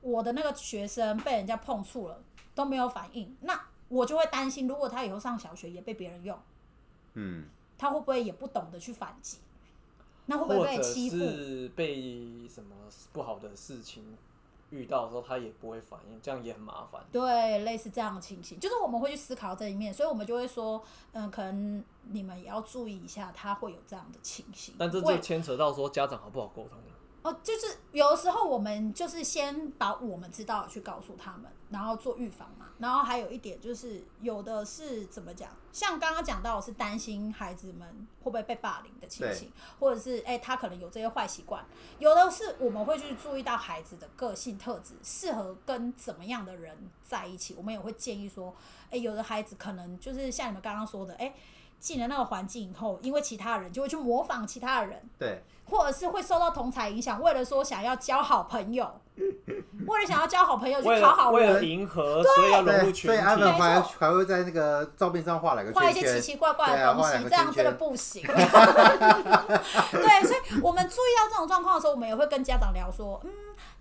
Speaker 3: 我的那个学生被人家碰触了都没有反应，那我就会担心，如果他以后上小学也被别人用。
Speaker 2: 嗯，
Speaker 3: 他会不会也不懂得去反击？那会不
Speaker 1: 或
Speaker 3: 会
Speaker 1: 者
Speaker 3: 被欺负？
Speaker 1: 是被什么不好的事情遇到的时候，他也不会反应，这样也很麻烦。
Speaker 3: 对，类似这样的情形，就是我们会去思考这一面，所以我们就会说，嗯，可能你们也要注意一下，他会有这样的情形。
Speaker 1: 但这
Speaker 3: 会
Speaker 1: 就牵扯到说家长好不好沟通了。
Speaker 3: 哦，就是有的时候我们就是先把我们知道的去告诉他们，然后做预防嘛。然后还有一点就是，有的是怎么讲，像刚刚讲到的是担心孩子们会不会被霸凌的情形，或者是哎、他可能有这些坏习惯。有的是我们会去注意到孩子的个性特质，适合跟怎么样的人在一起，我们也会建议说，哎、有的孩子可能就是像你们刚刚说的，哎、进了那个环境以后，因为其他人就会去模仿其他人，
Speaker 2: 对，
Speaker 3: 或者是会受到同才影响，为了说想要交好朋友，为了想要交好朋友
Speaker 1: 为
Speaker 3: 去考
Speaker 1: 了
Speaker 3: 好
Speaker 1: 为
Speaker 3: 人，
Speaker 1: 了迎合，所以要融入
Speaker 2: 对，
Speaker 1: 群
Speaker 2: 所以安
Speaker 1: 体。
Speaker 2: 粉还
Speaker 3: 没错
Speaker 2: 还会在那个照片上画两个
Speaker 3: 画一
Speaker 2: 圈
Speaker 3: 些奇
Speaker 2: 圈，
Speaker 3: 奇怪怪
Speaker 2: 对
Speaker 3: 的
Speaker 2: 啊
Speaker 3: 东
Speaker 2: 画
Speaker 3: 西，
Speaker 2: 两个
Speaker 3: 这样
Speaker 2: 圈
Speaker 3: 真的
Speaker 2: 圈
Speaker 3: 不行。 对，所以我们注意到这种状况的时候，我们也会跟家长聊说，嗯，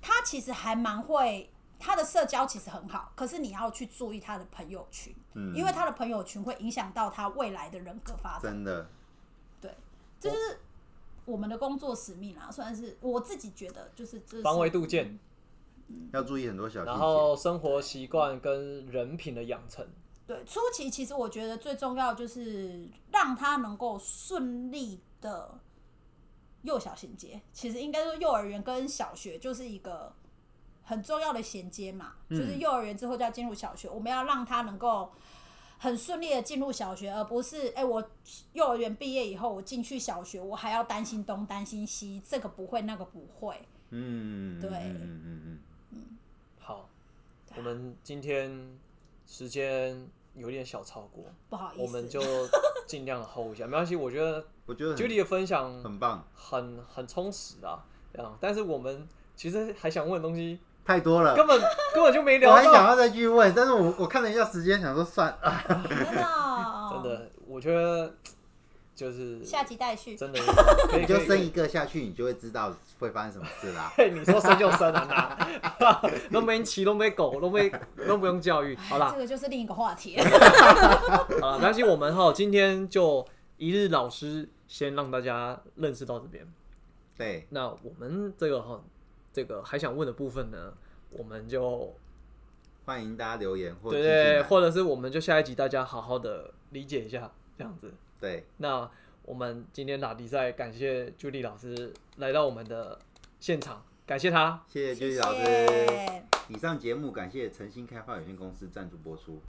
Speaker 3: 他其实还蛮会。他的社交其实很好，可是你要去注意他的朋友圈，
Speaker 2: 嗯
Speaker 3: 因为他的朋友圈会影响到他未来的人格发展。
Speaker 2: 真的，
Speaker 3: 对，这就是我们的工作使命啦，算是我自己觉得就是这是
Speaker 1: 防微杜
Speaker 2: 嗯
Speaker 1: 渐，
Speaker 2: 要注意很多小细
Speaker 1: 然
Speaker 2: 节。
Speaker 1: 后生活习惯跟人品的养成，
Speaker 3: 对，初期其实我觉得最重要就是让他能够顺利的幼小衔接。其实应该说，幼儿园跟小学就是一个很重要的衔接嘛，
Speaker 1: 嗯
Speaker 3: 就是幼儿园之后就要进入小学，我们要让他能够。很顺利的进入小学，而不是哎、我幼儿园毕业以后，我进去小学，我还要担心东担心西，这个不会那个不会。
Speaker 2: 嗯，
Speaker 3: 对
Speaker 2: 嗯嗯嗯嗯，
Speaker 1: 好，我们今天时间有点小超过，
Speaker 3: 不好意思，
Speaker 1: 我们 就尽量 hold 一下，没关系。我觉得
Speaker 2: 我觉得
Speaker 1: Judy
Speaker 2: 很
Speaker 1: 的分享
Speaker 2: 很棒，
Speaker 1: 很很充实啊，这样。但是我们其实还想问的东西，
Speaker 2: 太多了。
Speaker 1: 根本根本就没
Speaker 2: 我
Speaker 1: 聊
Speaker 2: 还想
Speaker 1: 到。啊
Speaker 2: 要再继续问，但是我我看了一下时间，想说算了。
Speaker 3: 真的哦、
Speaker 1: 真的，我觉得就是
Speaker 3: 下集待续。
Speaker 1: 真的可以
Speaker 2: 你就
Speaker 1: 可
Speaker 2: 生
Speaker 1: 以
Speaker 2: 一个下去，你就会知道会发生什么事 啦。
Speaker 1: 嘿，你说生就生啊，那 都没骑，都没狗，都没都不用教育，好啦
Speaker 3: 这，个就是另一个话题。
Speaker 1: 好啦，没关系，我们哈今天就一日老师先让大家认识到这边。
Speaker 2: 对，
Speaker 1: 那我们这个哈这个还想问的部分呢，我们就
Speaker 2: 欢迎大家留言或
Speaker 1: 对
Speaker 2: 者啊进
Speaker 1: 对，
Speaker 2: 来
Speaker 1: 或者是我们就下一集大家好好的理解一下这样子。
Speaker 2: 对，
Speaker 1: 那我们今天打比赛，感谢 Judy 老师来到我们的现场，感谢他。
Speaker 2: 谢谢 Judy 老师。以上节目感谢诚心开发有限公司赞助播出。